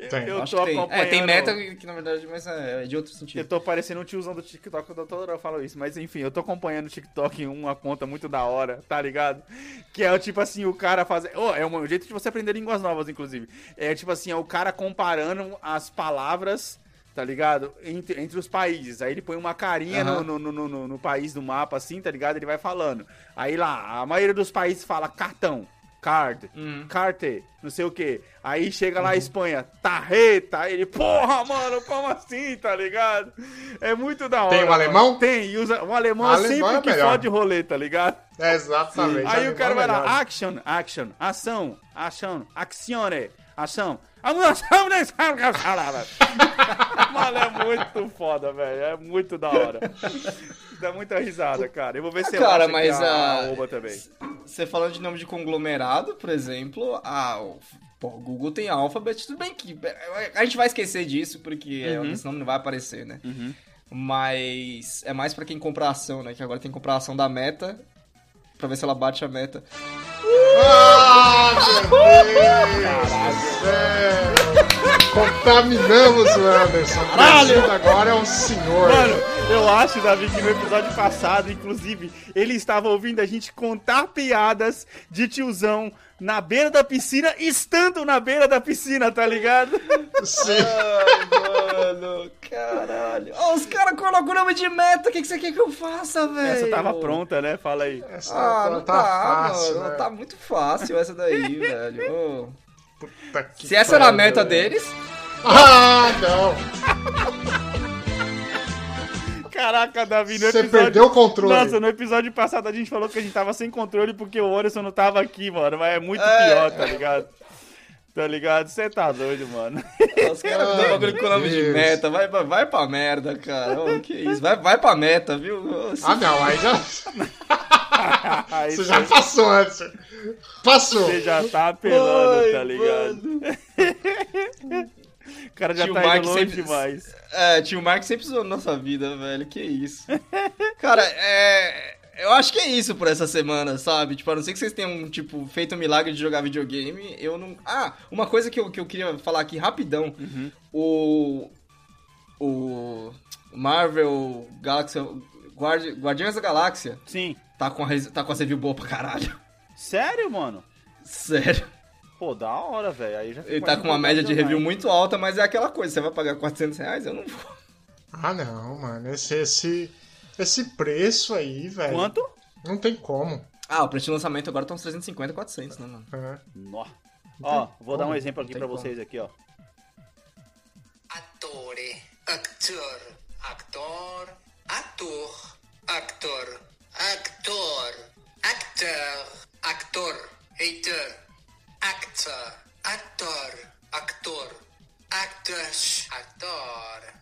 Speaker 6: Tem.
Speaker 5: Eu
Speaker 4: Acho
Speaker 5: tô
Speaker 4: que tem. É,
Speaker 5: acompanhando.
Speaker 4: tem meta que na verdade, mas é, é de outro
Speaker 5: Eu
Speaker 4: sentido.
Speaker 5: tô parecendo um tiozão do TikTok, eu toda hora eu falo isso, mas enfim, eu tô acompanhando o TikTok em uma conta muito da hora, tá ligado? Que é o tipo assim, o cara fazer. Oh, é um jeito de você aprender línguas novas, inclusive. É tipo assim, é o cara comparando as palavras, tá ligado? Entre, entre os países. Aí ele põe uma carinha no-
Speaker 4: Aham.
Speaker 5: no, no, no- no- no país do mapa, assim, tá ligado? Ele vai falando. Aí lá, a maioria dos países fala cartão, card,
Speaker 4: Uhum.
Speaker 6: Hum.
Speaker 5: carte, não sei o que. Aí chega
Speaker 6: Uhum.
Speaker 5: lá a Espanha, tarreta. Aí ele, porra, mano, como assim, tá ligado? É muito da hora.
Speaker 6: Tem um
Speaker 5: mano.
Speaker 6: alemão?
Speaker 5: Tem, e usa, o alemão,
Speaker 6: Alemão
Speaker 5: é sempre
Speaker 6: é
Speaker 5: que
Speaker 6: melhor.
Speaker 5: fode rolê, tá ligado?
Speaker 6: É, exatamente.
Speaker 5: Aí o cara vai
Speaker 6: Melhor.
Speaker 5: lá, "Ah, action, action, ação, ação, accione, ação. Ação, né? (laughs) Mano, é muito foda, velho. É muito da hora. Dá muita risada, cara. Eu vou ver se eu
Speaker 4: Cara,
Speaker 5: acho
Speaker 4: mas
Speaker 5: aqui a,
Speaker 4: a-
Speaker 5: a arroba também.
Speaker 4: Você falando de nome de conglomerado, por exemplo, a, o- pô, o Google tem Alphabet, tudo bem que é, a gente vai esquecer disso, porque é, esse nome não vai aparecer, né? Mas é mais pra quem compra ação, né? Que agora tem que comprar ação da meta, pra ver se ela bate a meta.
Speaker 6: Ah, Ah, meu Deus do céu! Contaminamos o Anderson. Caralho! Agora é um senhor.
Speaker 5: Mano, eu acho, Davi, que no episódio passado, inclusive, ele estava ouvindo a gente contar piadas de tiozão na beira da piscina, estando na beira da piscina, tá ligado?
Speaker 6: Sim.
Speaker 4: Mano, caralho. Ó, os caras colocam o nome de meta. O que, que você quer que eu faça, velho?
Speaker 5: Essa tava pronta, né? Fala aí.
Speaker 6: Essa
Speaker 4: Ah,
Speaker 6: tá,
Speaker 4: não
Speaker 6: tá
Speaker 4: tá,
Speaker 6: fácil,
Speaker 4: mano.
Speaker 6: né?
Speaker 4: Tá muito fácil essa daí, (laughs) velho. Ô.
Speaker 6: Puta que
Speaker 4: Se essa era a
Speaker 6: pariu,
Speaker 4: meta
Speaker 6: velho.
Speaker 4: deles,
Speaker 6: Ah, não.
Speaker 5: Caraca, Davi, no
Speaker 6: Você
Speaker 5: episódio...
Speaker 6: perdeu o controle.
Speaker 5: Nossa, no episódio passado a gente falou que a gente tava sem controle porque o Orison não tava aqui, mano. Mas é muito
Speaker 4: É.
Speaker 5: pior, tá ligado? Tá ligado? Você tá doido, mano.
Speaker 4: os caras
Speaker 6: Ai,
Speaker 4: dão bagulho com o nome de
Speaker 6: Deus.
Speaker 4: meta. Vai, vai, vai pra merda, cara. Ô, que isso? Vai, vai pra meta, viu? Ô, se-
Speaker 6: Ah, não. Aí já,
Speaker 5: (laughs) Aí
Speaker 6: você já passou, Anderson. Passou.
Speaker 5: Você já tá apelando,
Speaker 4: Ai,
Speaker 5: tá ligado? o cara já
Speaker 4: Tio
Speaker 5: tá indo
Speaker 4: Mike
Speaker 5: longe
Speaker 4: sempre-
Speaker 5: demais.
Speaker 4: É, tio Mark sempre zoou nossa vida, velho. Que isso. Cara, é. Eu acho que é isso por essa semana, sabe? Tipo, a não ser que vocês tenham, tipo, feito o milagre de jogar videogame, eu não. Ah, uma coisa que eu, que eu queria falar aqui rapidão. O. O. Marvel Galaxy. Guardi... Guardiões da Galáxia
Speaker 5: Sim.
Speaker 4: tá com, a... res- tá com a review boa pra caralho.
Speaker 5: Sério, mano?
Speaker 4: Sério.
Speaker 5: Pô, da hora, velho. Aí já
Speaker 4: Ele
Speaker 5: fico
Speaker 4: tá
Speaker 5: mais
Speaker 4: com uma média de
Speaker 5: empolgado
Speaker 4: review
Speaker 5: demais.
Speaker 4: muito alta, mas é aquela coisa, você vai pagar 400 reais? Eu não vou.
Speaker 6: Ah, não, mano. Esse, esse, esse preço aí, velho.
Speaker 5: Quanto?
Speaker 6: Não tem como.
Speaker 4: Ah, o preço de lançamento agora tá uns 350, 400, né, mano?
Speaker 6: né?
Speaker 5: Nó. Ó, vou dar um
Speaker 4: como,
Speaker 5: exemplo
Speaker 4: não
Speaker 5: aqui
Speaker 4: tem
Speaker 5: pra
Speaker 4: como.
Speaker 5: vocês aqui, ó.
Speaker 7: Attore, actor, actor, actor, actor, actor, acteur, actor, acteur, actor, actor, actor, actress, actor.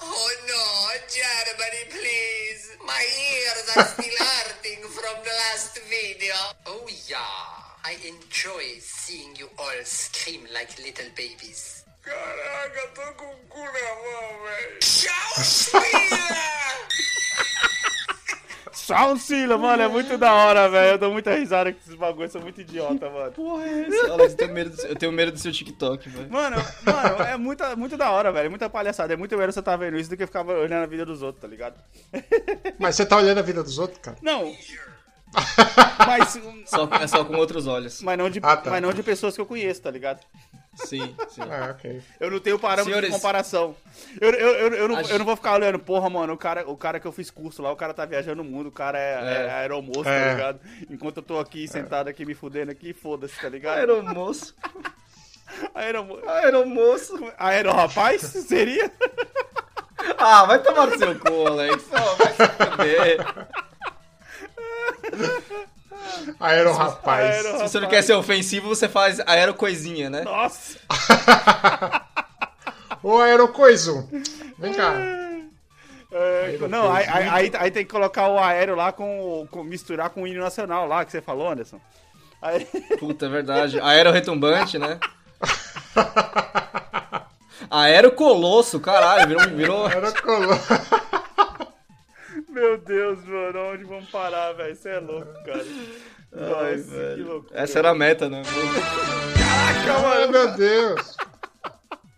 Speaker 7: Oh no, Germany, please! My ears are still (laughs) hurting from the last video. Oh yeah, I enjoy seeing you all scream like little babies. Caraca, tô com o cu na mão, velho. Tchau, (laughs) filha!
Speaker 5: Salsila, mano, é muito da hora, velho. Eu dou muita risada com esses bagulhos, sou muito idiota, mano.
Speaker 4: Alex, eu tenho medo do, eu tenho medo do seu TikTok, velho.
Speaker 5: Mano, mano, é muita, muito da hora, velho. É muita palhaçada. É muito melhor você tá vendo isso do que ficar olhando a vida dos outros, tá ligado?
Speaker 6: Mas você tá olhando a vida dos outros, cara? (laughs)
Speaker 5: Não. Mas,
Speaker 4: Só, é só com outros olhos.
Speaker 5: mas, não de,
Speaker 6: Ah, tá.
Speaker 5: mas não de pessoas que eu conheço, tá ligado?
Speaker 4: Sim, sim.
Speaker 6: Ah, ok.
Speaker 5: Eu não tenho parâmetro
Speaker 4: Senhores.
Speaker 5: de comparação. Eu, eu, eu, eu, não,
Speaker 4: A gente-
Speaker 5: eu não vou ficar olhando, porra, mano, o cara, o cara que eu fiz curso lá, o cara tá viajando o mundo, o cara é, é.
Speaker 4: É.
Speaker 5: aeromoço,
Speaker 6: É.
Speaker 5: tá ligado? Enquanto eu tô aqui sentado aqui me fudendo aqui, foda-se, tá ligado?
Speaker 4: Aeromoço.
Speaker 5: Aeromo...
Speaker 4: Aeromoço.
Speaker 5: Aero rapaz? Seria? (laughs)
Speaker 4: Ah, vai tomar no seu cu, Alex. Ó, vai se fuder.
Speaker 6: Aero um rapaz.
Speaker 5: Aero
Speaker 4: Se você não
Speaker 5: rapaz.
Speaker 4: quer ser ofensivo, você faz aerocoisinha, né?
Speaker 5: Nossa!
Speaker 6: Ô, Aerocoiso. Vem cá.
Speaker 5: É,
Speaker 6: Aero
Speaker 5: não, aí,
Speaker 6: coisa.
Speaker 5: aí, aí- aí tem que colocar o aéreo lá com, o- com- misturar com o hino nacional lá que você falou, Anderson. Aí- (laughs)
Speaker 4: Puta, é verdade. Aero retumbante, né? Aero colosso, caralho. Virou. um, (laughs)
Speaker 5: (laughs)
Speaker 4: virou...
Speaker 6: Aerocolo.
Speaker 5: Meu Deus, mano, onde vamos parar, velho? Você é louco, cara.
Speaker 4: Ai,
Speaker 5: Nossa, que
Speaker 4: velho.
Speaker 5: loucura.
Speaker 4: Essa era a meta, né?
Speaker 6: Ai, meu Deus.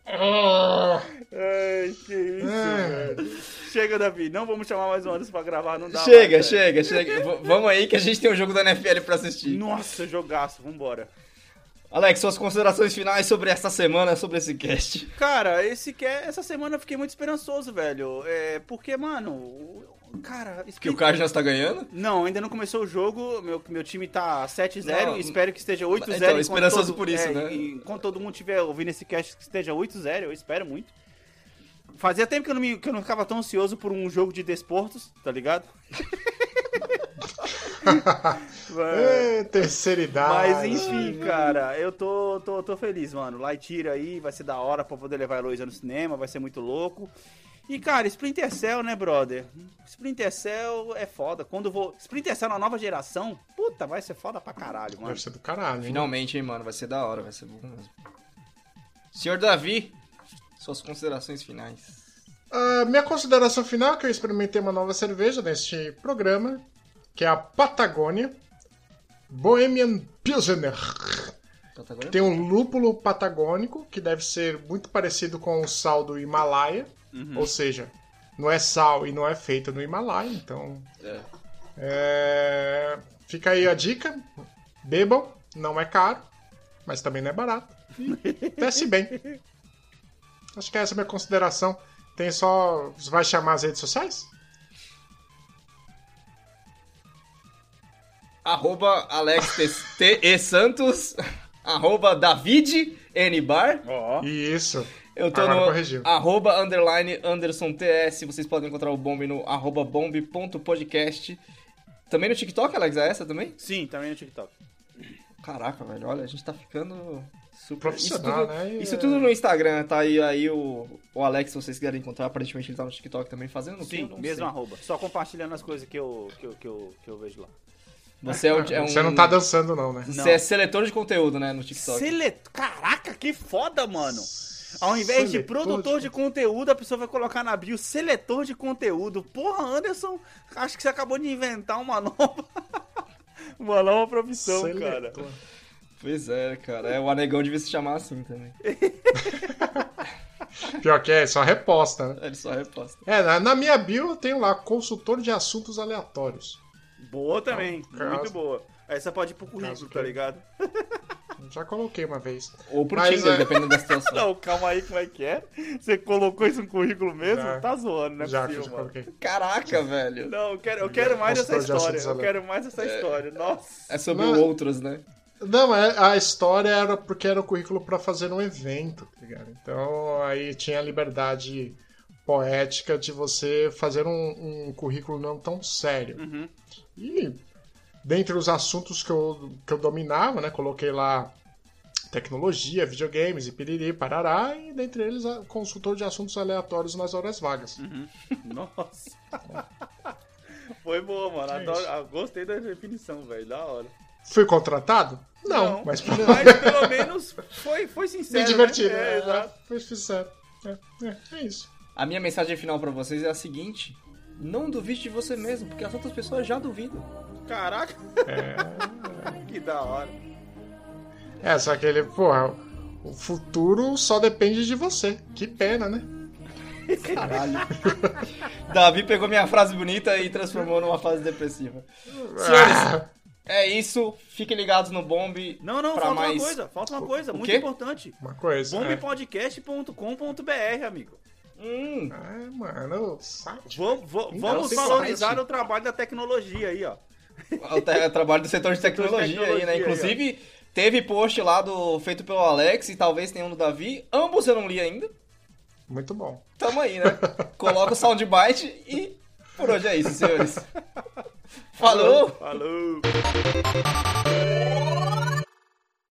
Speaker 5: Ai, que isso,
Speaker 6: É.
Speaker 5: velho. Chega, Davi. Não vamos chamar mais um Anderson pra gravar, não dá.
Speaker 4: chega,
Speaker 5: mais, velho.
Speaker 4: chega, chega. V- vamos aí que a gente tem um jogo da NFL pra assistir.
Speaker 5: Nossa, jogaço, vambora.
Speaker 4: Alex, suas considerações finais sobre essa semana, sobre esse cast.
Speaker 5: Cara, esse que é- essa semana eu fiquei muito esperançoso, velho. É, porque, mano, o- cara,
Speaker 4: Que o
Speaker 5: explica-
Speaker 4: Cardinals tá ganhando?
Speaker 5: Não, ainda não começou o jogo. Meu, meu time tá 7-0.
Speaker 4: Não,
Speaker 5: espero que esteja 8-0.
Speaker 4: Então,
Speaker 5: enquanto é,
Speaker 4: esperançoso por isso, né?
Speaker 5: E quando todo mundo estiver ouvindo esse cast, que esteja 8-0. Eu espero muito. Fazia tempo que eu, não me- que eu não ficava tão ansioso por um jogo de desportos, tá ligado? Mas-
Speaker 6: É, terceira idade.
Speaker 5: mas enfim, cara, eu tô, tô, tô feliz, mano. Lá e tira aí, vai ser da hora pra poder levar a Heloísa no cinema, vai ser muito louco. E, cara, Splinter Cell, né, brother? Splinter Cell é foda. Quando eu vou. Splinter Cell na nova geração, puta, vai ser foda pra caralho, mano.
Speaker 6: Deve ser do caralho. hein?
Speaker 4: Finalmente, hein, mano. Vai ser da hora, vai ser bom mesmo. Senhor Davi, suas considerações finais.
Speaker 6: Ah, minha consideração final é que eu experimentei uma nova cerveja neste programa, que é a Patagônia. Bohemian Pilsener.
Speaker 4: Categoria?
Speaker 6: Tem um lúpulo patagônico, que deve ser muito parecido com o sal do Himalaia.
Speaker 4: Uhum.
Speaker 6: Ou seja, não é sal e não é feito no Himalaia, então.
Speaker 4: É.
Speaker 6: É, Fica aí a dica. Bebam, não é caro, mas também não é barato.
Speaker 4: (laughs)
Speaker 6: E Desce bem. Acho que essa é a minha consideração. Tem só. Você vai chamar as redes sociais?
Speaker 4: Arroba Alex T- TE Santos. (laughs) Arroba David N Bar.
Speaker 5: Ó.
Speaker 6: Isso.
Speaker 4: Eu tô
Speaker 6: Agora
Speaker 4: no
Speaker 6: corrigiu.
Speaker 4: arroba underline Anderson TS. Vocês podem encontrar o Bomb no arroba bomb.podcast. Também no TikTok, Alex, é essa também?
Speaker 5: Sim, também no TikTok.
Speaker 4: Caraca, velho, olha, a gente tá ficando super
Speaker 6: Profissional,
Speaker 4: isso tudo,
Speaker 6: né? E,
Speaker 4: Isso
Speaker 6: é-
Speaker 4: tudo no Instagram, tá aí, aí o, o Alex, se vocês quiserem encontrar, aparentemente ele tá no TikTok também fazendo. o quê? Eu
Speaker 5: Sim,
Speaker 4: não
Speaker 5: mesmo
Speaker 4: sei.
Speaker 5: arroba. Só compartilhando as coisas que eu, que eu, que eu, que eu vejo lá.
Speaker 4: Você é, o- é
Speaker 6: (laughs)
Speaker 4: um.
Speaker 6: Você não tá dançando, não, né?
Speaker 4: Você é seletor de conteúdo, né, no TikTok.
Speaker 5: Sele... Caraca, que foda, mano. Ao invés de
Speaker 6: Seletor
Speaker 5: produtor de conteúdo, a pessoa vai colocar na bio seletor de conteúdo. Porra, Anderson, acho que você acabou de inventar uma (laughs) nova. uma nova profissão, cara.
Speaker 6: Seletor.
Speaker 4: Pois é, cara. É, o Anegão devia se chamar assim também.
Speaker 6: Pior que é, só reposta, né?
Speaker 4: Ele só reposta.
Speaker 6: É, na, na minha bio eu tenho lá consultor de assuntos aleatórios.
Speaker 5: Boa também,
Speaker 6: Caso-
Speaker 5: muito boa. Essa pode ir pro currículo,
Speaker 6: Caso
Speaker 5: tá
Speaker 6: que-
Speaker 5: ligado? (laughs)
Speaker 6: Já coloquei uma vez.
Speaker 4: Ou pro
Speaker 6: Mas,
Speaker 4: Tinder,
Speaker 6: é,
Speaker 4: dependendo da
Speaker 5: (laughs)
Speaker 4: situação.
Speaker 5: Não, calma aí, como é que é? Você colocou isso no currículo mesmo?
Speaker 6: Já.
Speaker 5: Tá zoando, né?
Speaker 6: já,
Speaker 5: possível,
Speaker 6: já
Speaker 5: mano.
Speaker 6: coloquei.
Speaker 4: Caraca, velho.
Speaker 5: Não, eu quero, eu quero mais essa
Speaker 6: Consultor de
Speaker 5: história.
Speaker 6: assuntos
Speaker 5: Eu quero mais essa história. Nossa.
Speaker 4: É sobre
Speaker 6: Não.
Speaker 4: outros, né?
Speaker 6: Não, é- a história era porque era o currículo pra fazer um evento, tá ligado? Então aí tinha a liberdade poética de você fazer um, um currículo não tão sério.
Speaker 5: Uhum.
Speaker 6: E dentre os assuntos que eu, que eu dominava, né, coloquei lá tecnologia, videogames e piriri, parará, e dentre eles a- consultor de assuntos aleatórios nas horas vagas.
Speaker 5: Nossa. (laughs) Foi boa, mano. Adoro-
Speaker 6: isso.
Speaker 5: ah, gostei da definição, velho. Da hora.
Speaker 6: Fui contratado? Não, mas (laughs)
Speaker 5: mas pelo (laughs) menos foi, foi
Speaker 6: me
Speaker 5: sincero.
Speaker 6: diverti.
Speaker 5: Né?
Speaker 6: né?
Speaker 5: É, exato.
Speaker 6: Foi sincero. É, é, é isso.
Speaker 4: A minha mensagem final pra vocês é a seguinte: não duvide de você mesmo, porque as outras pessoas já duvidam.
Speaker 5: Caraca. (laughs) que da hora.
Speaker 6: É, só que ele, porra, o futuro só depende de você. Que pena, né?
Speaker 4: Caralho. (laughs) Davi pegou minha frase bonita e transformou numa frase depressiva.
Speaker 6: Ah,
Speaker 4: Senhores, é isso. Fiquem ligados no Bomb.
Speaker 5: Não, não,
Speaker 4: pra
Speaker 5: falta
Speaker 4: mais...
Speaker 5: uma coisa. Falta uma coisa muito
Speaker 4: quê?
Speaker 5: importante.
Speaker 6: Uma coisa. é.
Speaker 5: Bombepodcast.com.br, amigo.
Speaker 4: Hum,
Speaker 6: Ah, mano, site.
Speaker 5: Vam- va-
Speaker 6: Então,
Speaker 5: vamos
Speaker 6: sim,
Speaker 5: valorizar
Speaker 6: site.
Speaker 5: o trabalho da tecnologia aí, ó.
Speaker 4: o te- trabalho do setor de tecnologia, aí, né?
Speaker 5: Tecnologia,
Speaker 4: Inclusive, teve post lá do feito pelo Alex e talvez tenha um do Davi. Ambos eu não li ainda.
Speaker 6: Muito bom.
Speaker 4: Tamo aí, (laughs) né? Coloca o soundbite e (laughs) por hoje é isso, senhores. Falou.
Speaker 5: Falou.